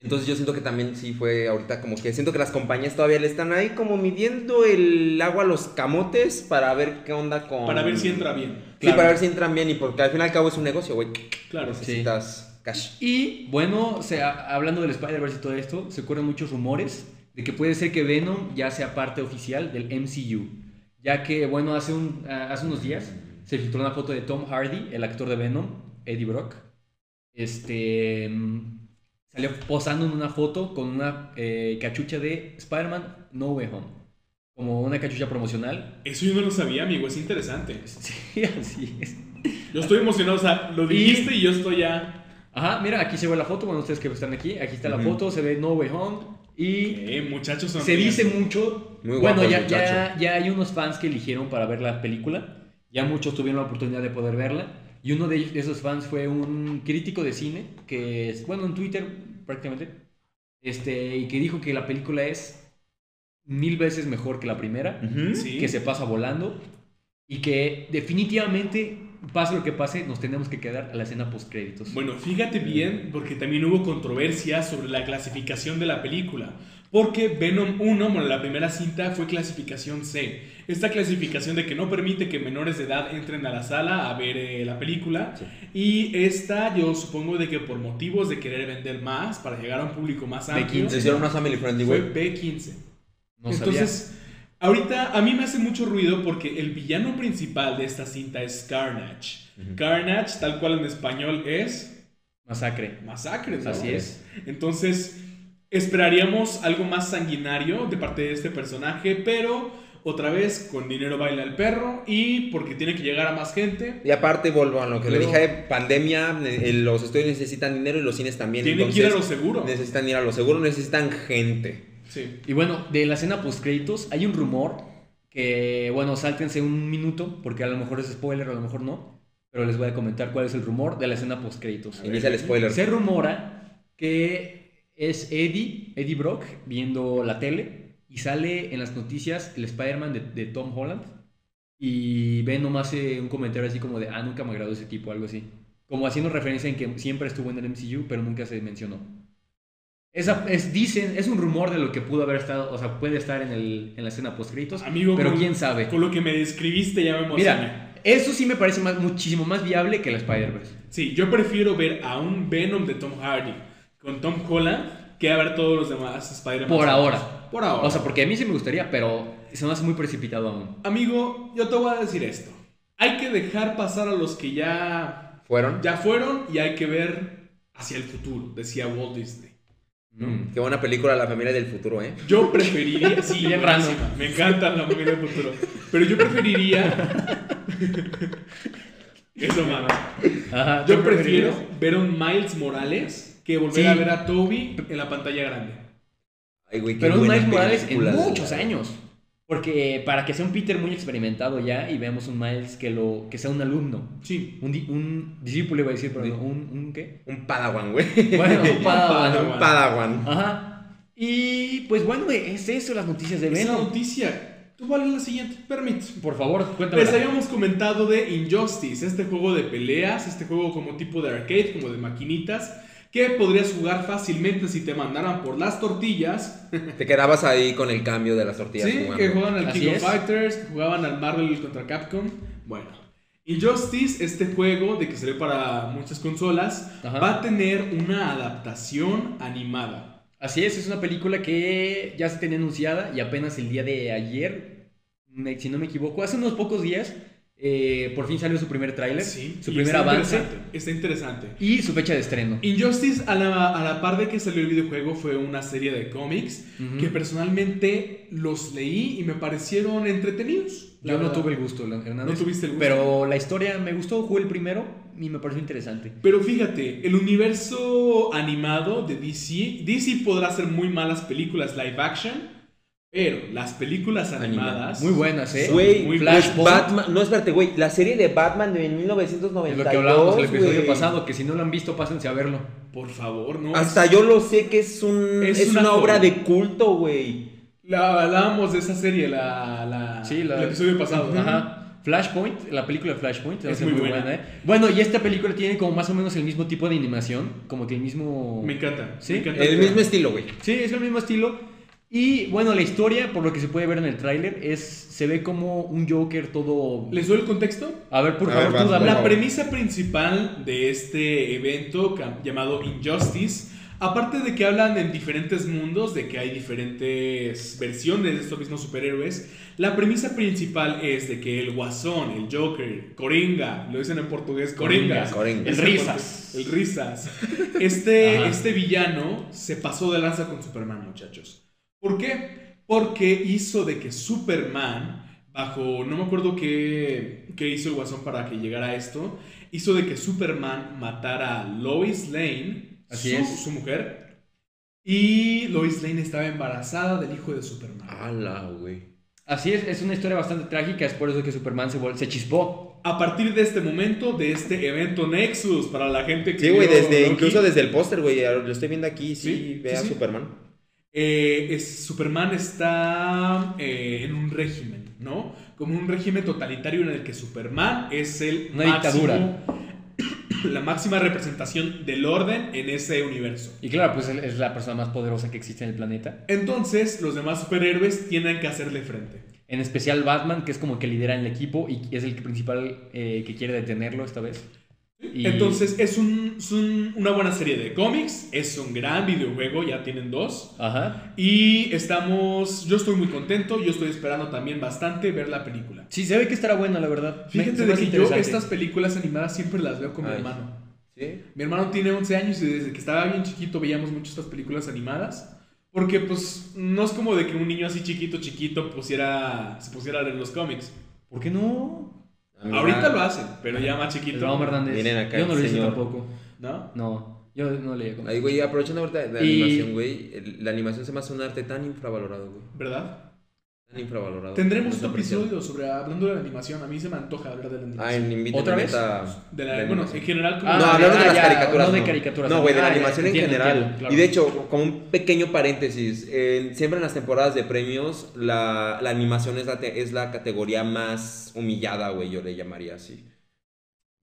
S3: Entonces yo siento que también sí fue ahorita como que siento que las compañías todavía le están ahí como midiendo el agua a los camotes para ver qué onda con...
S1: Para ver si entra bien.
S3: Sí, para ver si entran bien y porque al fin y al cabo es un negocio, güey.
S1: Claro.
S3: Necesitas cash.
S2: Y bueno, o sea, hablando del Spider-Verse y todo esto, se corren muchos rumores de que puede ser que Venom ya sea parte oficial del MCU. Ya que, bueno, hace, un, ah, hace unos días se filtró una foto de Tom Hardy, el actor de Venom, Eddie Brock. Este. mm, Salió posando en una foto con una eh, cachucha de Spider-Man No Way Home. como una cachucha promocional.
S1: Eso yo no lo sabía, amigo, es interesante.
S2: Sí, así es.
S1: Yo estoy emocionado, o sea, lo dijiste y, yo estoy ya.
S2: Ajá, mira, aquí se ve la foto, bueno, ustedes que están aquí, aquí está la
S3: Ujú.
S2: foto, se ve No Way Home y
S1: Eh, muchachos,
S2: se
S1: sonríen.
S2: dice mucho.
S3: Muy
S2: bueno,
S3: guapo el
S2: ya, ya,
S3: muchacho.
S2: ya hay unos fans que eligieron para ver la película, ya muchos tuvieron la oportunidad de poder verla y uno de ellos- de esos fans fue un crítico de cine que es, bueno, en Twitter prácticamente, este, y que dijo que la película es mil veces mejor que la primera.
S3: Ujú.
S1: Sí.
S2: que se pasa volando y que definitivamente, pase lo que pase, nos tenemos que quedar a la escena post créditos.
S1: Bueno, fíjate bien, porque también hubo controversia sobre la clasificación de la película. Porque Venom 1, bueno, la primera cinta fue clasificación C. Esta clasificación de que no permite que menores de edad entren a la sala a ver eh, la película.
S3: Sí.
S1: Y esta, yo supongo de que por motivos de querer vender más, para llegar a un público más
S2: De
S1: amplio,
S3: Se hicieron más family friendly,
S1: fue
S3: güey.
S1: B15.
S2: no sabía.
S1: Entonces, ahorita a mí me hace mucho ruido porque el villano principal de esta cinta es Carnage.
S3: Ujú.
S1: Carnage, tal cual en español, es
S2: Masacre.
S1: masacre, ¿no?
S2: Así es.
S1: Entonces, esperaríamos algo más sanguinario de parte de este personaje, pero otra vez con dinero baila el perro y porque tiene que llegar a más gente.
S3: Y aparte, vuelvo a lo que le
S1: Luego-
S3: dije, eh, pandemia, ne- eh, los estudios necesitan dinero y los cines también.
S1: Tiene que ir a lo seguro.
S3: Necesitan ir a lo seguro, necesitan gente.
S1: Sí.
S2: Y bueno, de la escena post créditos hay un rumor que, bueno, sáltense un minuto porque a lo mejor es spoiler, a lo mejor no, pero les voy a comentar cuál es el rumor de la escena post créditos.
S3: Inicia el spoiler.
S2: Se rumora que es Eddie, Eddie Brock, viendo la tele y sale en las noticias el Spider-Man de, de Tom Holland y ve nomás eh, un comentario así como de, ah, nunca me agradó ese tipo, algo así. Como haciendo referencia en que siempre estuvo en el MCU, pero nunca se mencionó. Esa, es, dicen, es un rumor de lo que pudo haber estado, o sea, puede estar en, el, en la escena post-créditos,
S1: Amigo,
S2: pero
S1: con,
S2: quién sabe.
S1: con lo que me describiste ya me emocioné.
S2: Mira, eso sí me parece más- muchísimo más viable que la Spider-Verse.
S1: Sí, yo prefiero ver a un Venom de Tom Hardy con Tom Holland que a ver todos los demás Spider-Man.
S2: Por ahora.
S1: Por ahora.
S2: O sea, porque a mí sí me gustaría, pero se me hace muy precipitado aún.
S1: Amigo, yo te voy a decir esto. Hay que dejar pasar a los que ya,
S3: ¿Fueron?
S1: ya fueron y hay que ver hacia el futuro, decía Walt Disney.
S2: Mm.
S3: Qué buena película, La familia del futuro, ¿eh?
S1: Yo preferiría. Sí,
S2: Bien
S1: buenísima.
S2: random.
S1: Me encanta la familia del futuro. Pero yo preferiría. Eso, mano.
S2: Ajá,
S1: Yo
S2: ¿tú
S1: prefiero
S2: prefieres?
S1: ver a un Miles Morales que volver
S2: Sí.
S1: a ver a Toby en la pantalla grande.
S3: Ay, güey, qué
S2: Pero un
S3: buena
S2: Miles Morales en
S3: película, güey.
S2: muchos años. Porque para que sea un Peter muy experimentado ya y veamos un Miles que lo que sea un alumno,
S1: Sí.
S2: un, di- un discípulo iba a decir, pero
S3: Sí.
S2: no, un, un qué?
S3: Un padawan, güey.
S2: Bueno, un padawan.
S1: padawan.
S3: Un padawan.
S2: Ajá. Y pues bueno, güey, es eso las noticias de
S1: Esa
S2: Venom.
S1: noticia. Tú vale la siguiente. Permíteme.
S2: Por favor, cuéntame.
S1: Les habíamos comentado de Injustice, este juego de peleas, este juego como tipo de arcade, como de maquinitas, que podrías jugar fácilmente si te mandaran por las tortillas.
S3: Te quedabas ahí con el cambio de las tortillas.
S1: Sí,
S3: jugando.
S1: que jugaban al
S2: Así
S1: King of
S2: es.
S1: Fighters, que jugaban al Marvel contra Capcom. Bueno, Injustice, este juego de que salió para muchas consolas,
S2: Ajá.
S1: va a tener una adaptación animada.
S2: Así es, es una película que ya se tenía anunciada y apenas el día de ayer, me- si no me equivoco, hace unos pocos días, eh, por fin salió su primer tráiler,
S1: Sí,
S2: su
S1: y
S2: primer
S1: está
S2: avance
S1: interesante, Está interesante.
S2: y su fecha de estreno.
S1: Injustice, a la, a la par de que salió el videojuego, fue una serie de cómics
S2: Ujú.
S1: que personalmente los leí y me parecieron entretenidos. la
S2: Yo no
S1: verdad.
S2: tuve el gusto, la- Hernández.
S1: No tuviste el gusto.
S2: Pero la historia me gustó, jugué el primero y me pareció interesante.
S1: Pero fíjate, el universo animado de DC, DC podrá hacer muy malas películas live action, pero las películas
S3: Animadas.
S1: animadas...
S2: Muy buenas, ¿eh?
S3: Güey, pues,
S1: Muy
S2: Flashpoint.
S3: Batman. No, espérate, güey. La serie de Batman de 1992.
S2: Es lo que hablábamos el episodio
S3: güey.
S2: pasado, que si no lo han visto, pásense a verlo.
S1: Por favor, no.
S3: Hasta yo lo sé que es, un,
S1: Es
S3: es,
S1: una
S3: una,
S1: joya.
S3: obra de culto, güey.
S1: La hablábamos de esa serie, la, la-
S2: Sí, la-
S1: Ah, el episodio pasado.
S2: Ajá. Flashpoint, la película de Flashpoint,
S1: Es
S2: es
S1: muy
S2: muy,
S1: buena.
S2: buena. ¿eh? Bueno, y esta película tiene como más o menos el mismo tipo de animación, como que el mismo...
S1: Me encanta.
S2: Sí,
S1: me encanta.
S3: El mismo estilo, güey.
S2: Sí, es el mismo estilo. Y bueno, la historia, por lo que se puede ver en el tráiler, es se ve como un Joker todo...
S1: ¿Les doy el contexto?
S2: A ver, por
S3: A
S2: favor,
S3: ver,
S2: tú
S3: vas,
S2: dame.
S1: La
S3: favor.
S1: premisa principal de este evento cam- llamado Injustice, aparte de que hablan en diferentes mundos, de que hay diferentes versiones de estos mismos superhéroes, la premisa principal es de que el Guasón, el Joker, Coringa, lo dicen en portugués, Coringas,
S3: Coringa.
S2: El
S1: es en
S2: Risas.
S1: portugués, el Risas, este,
S2: Ajá.
S1: este villano se pasó de lanza con Superman, muchachos. ¿Por qué? Porque hizo de que Superman, bajo, no me acuerdo qué, qué hizo el guasón para que llegara a esto, hizo de que Superman matara a Lois Lane,
S6: Así
S1: su,
S6: es.
S1: su mujer, y Lois Lane estaba embarazada del hijo de Superman.
S4: Ala, güey.
S6: Así es, es una historia bastante trágica, es por eso que Superman se, vol- se chispó.
S1: A partir de este momento, de este evento Nexus, para la gente que...
S4: Sí, güey,
S1: vio
S4: desde,
S1: Loki,
S4: incluso desde el póster, güey. Lo estoy viendo aquí. Sí,
S1: Sí,
S4: ve
S1: sí,
S4: a
S1: sí.
S4: Superman.
S1: eh, es- Superman está eh, en un régimen, ¿no? Como un régimen totalitario en el que Superman es el
S6: Una dictadura.
S1: la máxima representación del orden en ese universo.
S2: Y claro, pues él es la persona más poderosa que existe en el planeta.
S1: Entonces, los demás superhéroes tienen que hacerle frente.
S2: En especial Batman, que es como que lidera en el equipo y es el principal eh, que quiere detenerlo esta vez. Y-
S1: Entonces, es, un- es un- una buena serie de cómics, es un gran videojuego, ya tienen dos.
S2: Ajá.
S1: Y estamos, yo estoy muy contento, yo estoy esperando también bastante ver la película.
S2: Sí, se ve que estará buena, la verdad. Me- se
S1: Fíjate
S2: me
S1: de
S2: hace
S1: que yo
S2: interesante.
S1: estas películas animadas siempre las veo con mi
S4: Ay.
S1: hermano.
S4: Sí.
S1: Mi hermano tiene 11 años y desde que estaba bien chiquito veíamos mucho estas películas animadas. Porque pues no es como de que un niño así chiquito, chiquito pusiera, se pusiera a leer los cómics.
S2: ¿Por qué no?
S1: Ahorita lo hacen, pero ya más
S2: El
S1: chiquito.
S2: Raúl Hernández.
S4: Miren acá
S2: yo no
S4: el
S2: lo hice
S4: señor.
S2: tampoco.
S1: ¿No?
S2: No, yo no leía como.
S4: Ahí, güey, aprovechando ahorita la
S2: Y-
S4: animación, güey. el- La animación se me hace un arte tan infravalorado, güey.
S1: ¿Verdad?
S4: Tan infravalorado.
S1: Tendremos
S4: No
S1: un
S4: apreciado.
S1: episodio sobre hablando de la animación. A mí se me antoja hablar de la
S4: Ah,
S1: animación.
S4: en
S2: ¿Otra vez?
S1: de la, bueno, en general como...
S2: Ah,
S4: no,
S2: de-
S4: hablamos de
S2: ah,
S4: las
S2: ya,
S4: caricaturas.
S2: no de caricaturas.
S4: No, güey, de la
S2: Ah, ya,
S4: animación en
S2: entiendo,
S4: general.
S2: entiendo, claro.
S4: Y de hecho, como un pequeño paréntesis, eh, siempre en las temporadas de premios, la, la animación es la, te- es la categoría más humillada, güey, yo le llamaría así.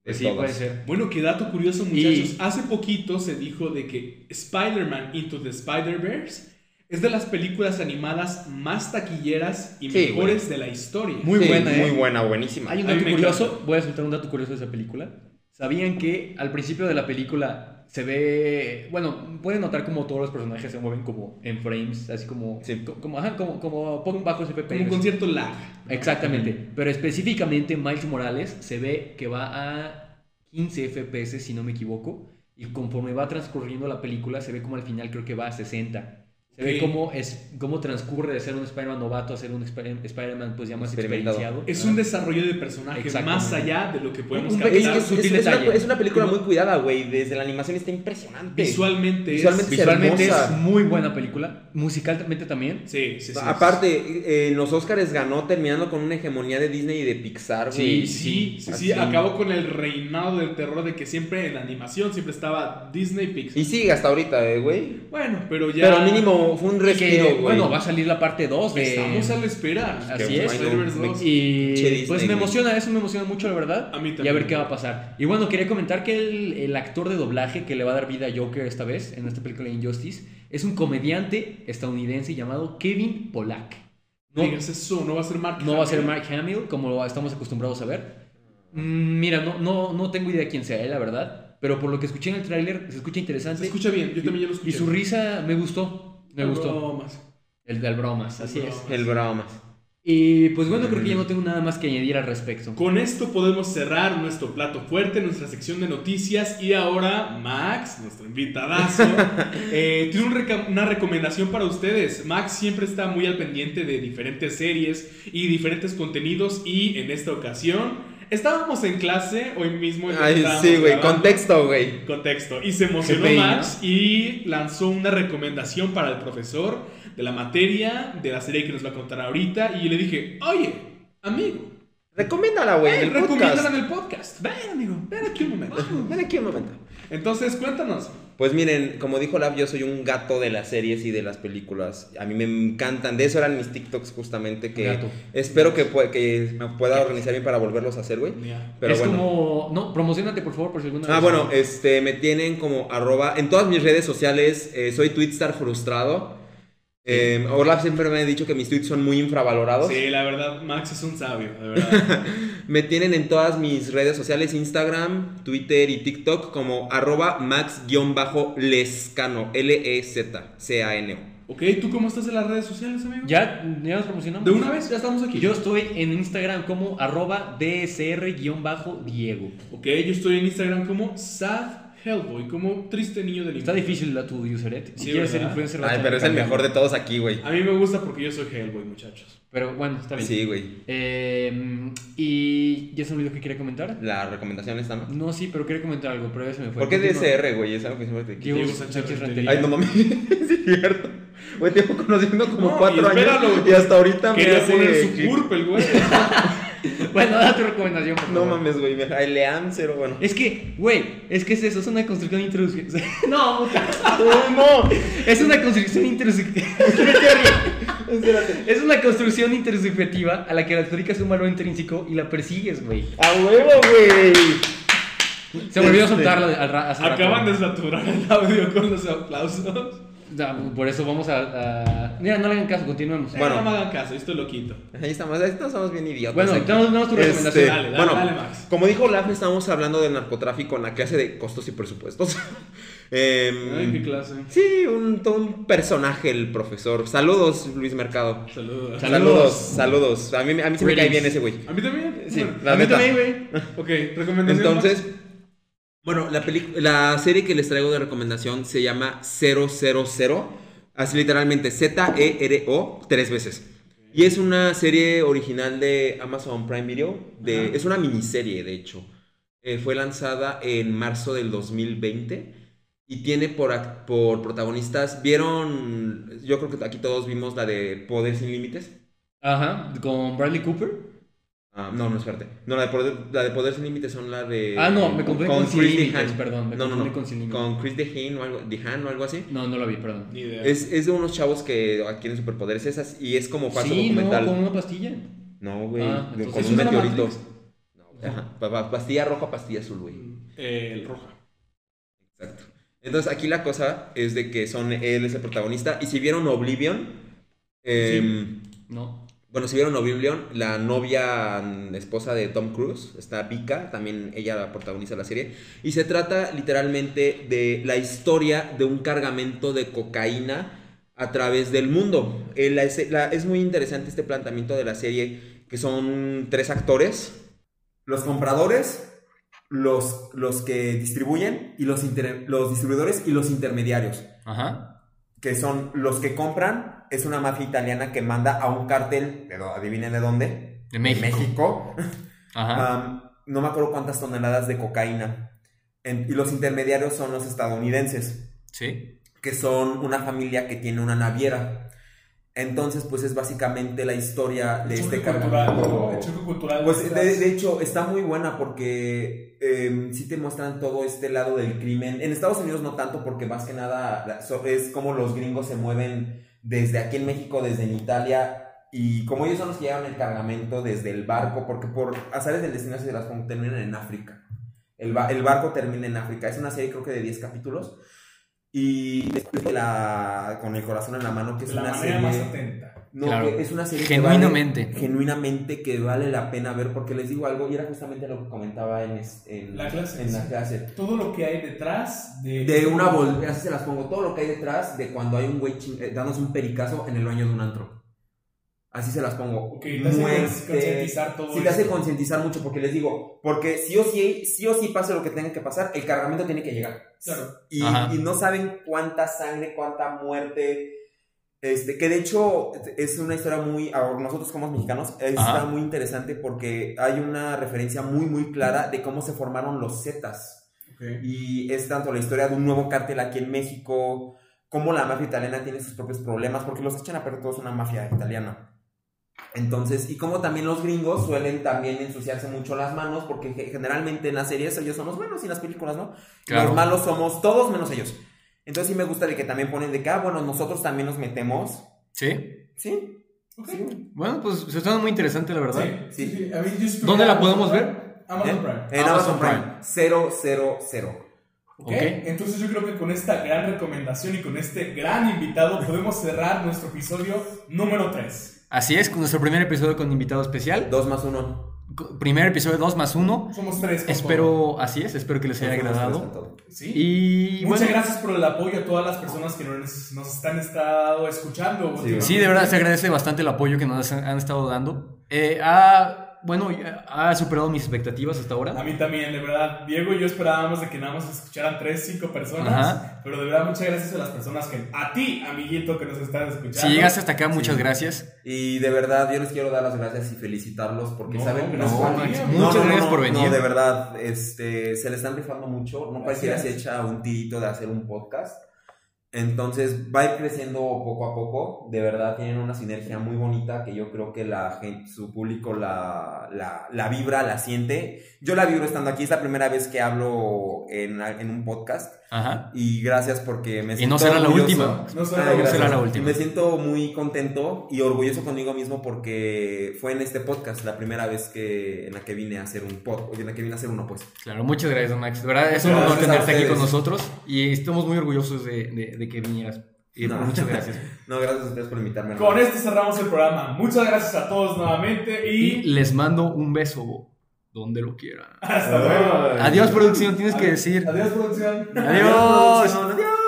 S4: De
S2: Pues sí,
S4: todas.
S2: puede ser.
S1: Bueno, qué dato curioso, muchachos. Hace poquito se dijo de que Spider-Man Into the Spider-Verse es de las películas animadas más taquilleras y
S4: Sí, güey.
S1: mejores de la historia.
S2: Muy
S4: Sí,
S2: buena,
S4: Muy
S2: ¿eh?
S4: buena, buenísima.
S2: Hay un
S1: A mí
S2: dato
S1: me
S2: curioso,
S1: encanta.
S2: voy a soltar un dato curioso de esa película. ¿Sabían que al principio de la película se ve, bueno, pueden notar como todos los personajes se mueven como en frames, así como
S4: Sí.
S2: co- como ajá, como como po- bajos
S1: Como un
S2: FPS.
S1: concierto lag.
S2: Exactamente, pero específicamente Miles Morales se ve que va a 15 FPS si no me equivoco y conforme va transcurriendo la película se ve como al final creo que va a 60. Se ve
S1: Ok.
S2: cómo, es, cómo transcurre de ser un Spider-Man novato a ser un Spider- Spider-Man pues ya más
S4: Experimentado.
S2: experienciado.
S1: Es un desarrollo de personaje
S2: Exactamente.
S1: más allá de lo que podemos
S2: Un
S4: Es que es,
S1: captar.
S4: es-
S2: sutil
S4: es una,
S2: detalle.
S4: es una película muy cuidada, güey. Desde la animación está impresionante.
S1: Visualmente, es-
S4: Visualmente es
S2: Visualmente es
S4: hermosa.
S2: muy buena película, musicalmente también.
S1: Sí, sí, sí.
S4: Aparte, eh, en los Oscars ganó terminando con una hegemonía de Disney y de Pixar,
S1: Sí,
S4: güey.
S1: sí, sí, sí,
S4: Así.
S1: acabó con el reinado del terror de que siempre en la animación siempre estaba Disney Pixar.
S4: Y sigue hasta ahorita, eh, güey.
S1: Bueno, pero ya.
S4: Pero mínimo fue un
S2: Y que,
S4: respiro, güey.
S2: bueno, va a salir la parte 2 de...
S4: eh,
S1: Estamos a la espera.
S4: pues,
S2: Así
S1: Que
S2: es.
S1: Spider-Verse
S4: Me-
S1: 2.
S2: Y
S4: Che, Disney,
S2: pues me
S4: güey.
S2: emociona, eso me emociona mucho, la verdad.
S1: A mí
S2: Y a
S1: también.
S2: ver qué va a pasar. Y bueno, quería comentar que el, el actor de doblaje que le va a dar vida a Joker esta vez, en esta película de Injustice, es un comediante estadounidense llamado Kevin Pollack.
S1: No
S2: No,
S1: digas eso, no va a ser Mark.
S2: no va a ser
S1: Hamill.
S2: Mark Hamill, como lo estamos acostumbrados a ver. Mm, Mira, no, no, no tengo idea quién sea él, la verdad. Pero por lo que escuché en el tráiler, se escucha interesante.
S1: Se escucha bien, yo también ya lo escuché.
S2: Y su risa me gustó. Me
S1: No,
S2: gustó.
S1: más.
S2: El del bromas, así
S1: El
S2: es.
S1: bromas.
S4: El bromas.
S2: Y pues bueno, creo que
S4: Mm.
S2: ya no tengo nada más que añadir al respecto.
S1: Con esto podemos cerrar nuestro plato fuerte, nuestra sección de noticias y ahora Max, nuestro invitadazo, eh, tiene un reca- una recomendación para ustedes. Max siempre está muy al pendiente de diferentes series y diferentes contenidos y en esta ocasión estábamos en clase hoy mismo. en lo que
S4: Ay,
S1: estábamos
S4: sí, güey.
S1: grabando.
S4: Contexto, güey.
S1: Contexto. Y se emocionó
S4: GPI, ¿no?
S1: Max y lanzó una recomendación para el profesor de la materia, de la serie que nos va a contar ahorita. Y le dije, oye, amigo,
S4: Recomiéndala, güey. en
S1: eh,
S4: el podcast.
S1: recomiéndala en el podcast. Ven, amigo, ven aquí un momento.
S4: Ven aquí un momento.
S1: Entonces, cuéntanos.
S4: Pues miren, como dijo Lab, yo soy un gato de las series y de las películas. A mí me encantan. De eso eran mis TikToks justamente que
S2: Gato.
S4: espero que, pue- que me pueda organizar bien para volverlos a hacer, güey. Pero
S2: es
S4: bueno.
S2: como. No, promocionate por favor por si alguna
S4: Ah,
S2: vez-
S4: bueno, este, me tienen como arroba en todas mis redes sociales. eh, soy Twitstar frustrado. Eh, Olaf siempre me ha dicho que mis tweets son muy infravalorados.
S1: Sí, la verdad, Max es un sabio, de verdad.
S4: Me tienen en todas mis redes sociales, Instagram, Twitter y TikTok como arroba max-lescano, L-E-Z-C-A-N-O.
S1: ok, ¿tú cómo estás en las redes sociales, amigo?
S2: Ya, ya nos promocionamos.
S1: De una vez, ya estamos aquí.
S2: Yo estoy en Instagram como arroba dsr-diego.
S1: Ok, yo estoy en Instagram como sad Hellboy como triste niño del
S2: Está
S1: infierno.
S2: difícil la tu useret. Si
S1: Sí,
S2: quieres ser
S1: ¿verdad?
S2: influencer, vas a
S4: Ay,
S2: tener
S4: pero es
S2: que
S4: el
S2: cambiarlo.
S4: mejor de todos aquí, güey.
S1: A mí me gusta porque yo soy Hellboy, muchachos.
S2: Pero bueno, está bien.
S4: Sí, güey.
S2: Eh, y ya se me olvidó que quería comentar.
S4: La recomendación está, ¿no?
S2: No, sí, pero quería comentar algo, pero ya se me fue.
S4: ¿Por qué
S2: Continúa.
S4: DSR, güey? Es algo que siempre te
S2: Diego,
S1: Diego Sánchez
S2: Sánchez, Rentería.
S4: Ay, no mames, es cierto. Güey, te llevo conociendo como
S1: No,
S4: cuatro
S1: y espéralo,
S4: años
S1: güey.
S4: y hasta ahorita me
S1: Quería
S4: hace...
S1: poner su
S4: que-
S1: purple, güey.
S2: Bueno, da tu recomendación, por
S4: No
S2: favor.
S4: mames, güey, me Ay, Leam cero, bueno.
S2: Es que, güey, es que es eso, es una construcción introducción. no, puta.
S4: ¡Ah, ¡No!
S2: Es una construcción intersubjetiva. es una construcción intersubjetiva a la que le adjudicas un valor intrínseco y la persigues, güey.
S4: ¡A huevo, güey!
S2: Se me olvidó
S4: Este,
S2: soltarlo al ra- hace rato.
S1: Acaban de saturar el audio con los aplausos.
S2: Ya, Por eso vamos a. a- Mira, no le hagan caso, continuemos.
S1: Eh,
S4: Bueno.
S1: No me hagan caso, esto lo quito.
S4: Ahí estamos, ahí estamos somos bien idiotas.
S2: Bueno,
S4: aquí.
S2: damos, damos tu
S4: Este,
S2: recomendación.
S1: Dale, dale,
S4: bueno.
S1: dale, Max.
S4: Como dijo Olaf, estamos hablando del narcotráfico en la clase de costos y presupuestos. Em,
S1: Ay, qué clase.
S4: sí, un, todo un personaje el profesor. Saludos, Luis Mercado.
S1: Saludos.
S4: Este, Saludos, saludos. A mí, a mí se me cae
S2: Greetings.
S4: bien ese güey.
S1: A mí también.
S4: Sí,
S1: Bueno,
S4: la
S1: a mí
S4: neta.
S1: también, güey. Ok, recomendación.
S4: Entonces, bueno, la, peli- la serie que les traigo de recomendación se llama 000, así literalmente Z-E-R-O, tres veces. Y es una serie original de Amazon Prime Video, de,
S1: Ajá.
S4: es una miniserie de hecho. Eh, fue lanzada en marzo del 2020 y tiene por, ac- por protagonistas, vieron, yo creo que aquí todos vimos la de Poder sin Límites.
S2: Ajá, con Bradley Cooper.
S4: Ah, no, no, espérate. No, la de Poder, la de poder Sin Límites son la de...
S2: Ah, no, me confundí con, Sin
S4: Eh, Chris
S2: Límites,
S4: Dehan.
S2: perdón. Me
S4: No, no,
S2: confundí
S4: no.
S2: con Sin Límites.
S4: Con Chris Dehan o algo, Dehan o algo así.
S2: No, no lo vi, perdón.
S1: Ni idea.
S4: Es, es de unos chavos que adquieren superpoderes esas y es como falso
S2: Sí, no,
S4: documental.
S2: con una pastilla.
S4: No, güey,
S2: Ah,
S4: de-
S2: entonces,
S4: con
S1: ¿eso
S4: un
S1: es la
S4: meteorito.
S1: Matrix?
S4: No, güey, ajá, pa- pa- pastilla roja, pastilla azul, güey.
S1: Eh, el roja.
S4: Exacto. Entonces aquí la cosa es de que son él es el protagonista y si vieron Oblivion, em,
S2: No.
S4: bueno, si vieron Oblivion, la novia mm, esposa de Tom Cruise, está Vika, también ella la protagoniza la serie. Y se trata literalmente de la historia de un cargamento de cocaína a través del mundo. Eh, la- es, la- es muy interesante este planteamiento de la serie, que son tres actores. Los compradores, los, los que distribuyen, y los, los distribuidores y los intermediarios
S2: Ajá.
S4: que son los que compran, es una mafia italiana que manda a un cártel, pero adivinen de dónde,
S2: De
S4: de México, Ah.
S2: Ajá.
S4: am, no me acuerdo cuántas toneladas de cocaína. En- y los intermediarios son los estadounidenses,
S2: Sí.
S4: que son una familia que tiene una naviera. Entonces, pues es básicamente la historia de este cargamento.
S1: cultural.
S4: Pues de, de hecho está muy buena porque eh, sí te muestran todo este lado del crimen. En Estados Unidos no tanto porque más que nada la- so- es como los gringos se mueven desde aquí en México, desde en Italia y como ellos son los que llevan el cargamento desde el barco porque por azares del destino se las con- terminan en África. El, ba- el barco termina en África. Es una serie creo que de 10 capítulos y después de la con el corazón en la mano que es una serie
S1: atenta.
S4: no,
S2: Claro.
S4: que es una serie que
S2: Genuinamente.
S4: vale- genuinamente que vale la pena ver porque les digo algo y era justamente lo que comentaba en, es- en
S1: La clase,
S4: en la
S1: sí.
S4: clase.
S1: Todo lo que hay detrás
S4: De una bolsa, así se las pongo, todo lo que hay detrás de cuando hay un güey chin- eh, dándose un pericazo en el baño de un antro. Así se las pongo. Muerte.
S1: todo
S4: Sí, te hace concientizar mucho porque les digo, porque sí o sí, sí o sí pase lo que tenga que pasar, el cargamento tiene que llegar.
S1: Claro.
S4: Y,
S2: Ajá.
S4: y no saben cuánta sangre, cuánta muerte. Este, que de hecho es una historia muy, a nosotros como mexicanos, es
S2: Ajá.
S4: está muy interesante porque hay una referencia muy, muy clara de cómo se formaron los Zetas. Y es tanto la historia de un nuevo cártel aquí en México, como la mafia italiana tiene sus propios problemas, porque los que echan a perder todo es una mafia italiana. Entonces, y como también los gringos suelen también ensuciarse mucho las manos, porque ge- generalmente en las series ellos son los buenos y en las películas no.
S2: Claro.
S4: Los malos somos todos menos ellos. Entonces sí me gusta de que también ponen de que, ah, bueno, nosotros también nos metemos.
S2: Sí.
S4: Sí,
S1: Ok.
S4: sí.
S2: Bueno, pues se suena muy interesante, la verdad.
S4: Sí.
S1: A mí, yo estoy-
S2: ¿Dónde la podemos ver?
S1: Amazon
S4: ¿Eh?
S1: Prime.
S4: En
S2: Amazon
S4: Amazon Prime, 000.
S1: Ok.
S2: Ok.
S1: Entonces yo creo que con esta gran recomendación y con este gran invitado podemos cerrar nuestro episodio número 3.
S2: Así es, con nuestro primer episodio con invitado especial.
S4: 2 más 1.
S2: Co- Primer episodio 2 más 1.
S1: Somos tres. con todo.
S2: Espero, así es, espero que les haya agradado.
S1: Sí.
S2: Y
S1: Muchas
S2: bueno,
S1: gracias por el apoyo a todas las personas que nos, nos están estado escuchando.
S4: Sí,
S2: sí, de verdad se agradece bastante el apoyo que nos han, han estado dando. Eh, a bueno, ya ha superado mis expectativas hasta
S1: A
S2: ahora.
S1: mí también, de verdad. Diego y yo esperábamos de que nada más escucharan 3, 5 personas.
S2: Ajá.
S1: Pero de verdad, muchas gracias a las personas que. A ti, amiguito, que nos estás escuchando.
S2: Si llegaste hasta acá, muchas gracias.
S4: Y de verdad, yo les quiero dar las gracias y felicitarlos porque
S1: No,
S4: saben que
S1: no, Max,
S4: No,
S2: muchas
S4: no, no,
S2: gracias
S4: no,
S2: por venir.
S4: No, de verdad, este, se le están rifando mucho. No pareciera
S1: Gracias.
S4: se echa un tirito de hacer un podcast. Entonces va a ir creciendo poco a poco. De verdad tienen una sinergia muy bonita que yo creo que la gente, su público la, la, la vibra, la siente. Yo la vibro estando aquí. Es la primera vez que hablo en, en un podcast.
S2: Ajá.
S4: Y gracias porque me
S2: Y no
S4: siento
S2: será la
S4: orgulloso.
S2: última.
S1: No solo
S4: Ah,
S1: gracias.
S4: gracias.
S2: será la última.
S4: Me siento muy contento y orgulloso conmigo mismo porque fue en este podcast la primera vez que en la que vine a hacer un podcast, en la que vine a hacer uno pues.
S2: Claro, muchas gracias, Max. De verdad, es un
S4: Gracias
S2: honor tenerte
S4: a
S2: aquí con
S4: ustedes.
S2: nosotros y estamos muy orgullosos de, de- de que vinieras. Y
S4: No.
S2: Muchas gracias.
S4: No, gracias a ustedes por invitarme.
S1: Con
S4: hermano.
S1: esto cerramos el programa. Muchas gracias a todos nuevamente
S2: Y
S1: y.
S2: les mando un beso donde lo quieran.
S1: Hasta luego.
S2: Adiós, producción. Tienes que
S1: Adiós,
S2: decir
S1: Adiós, producción.
S2: adiós.
S4: Adiós.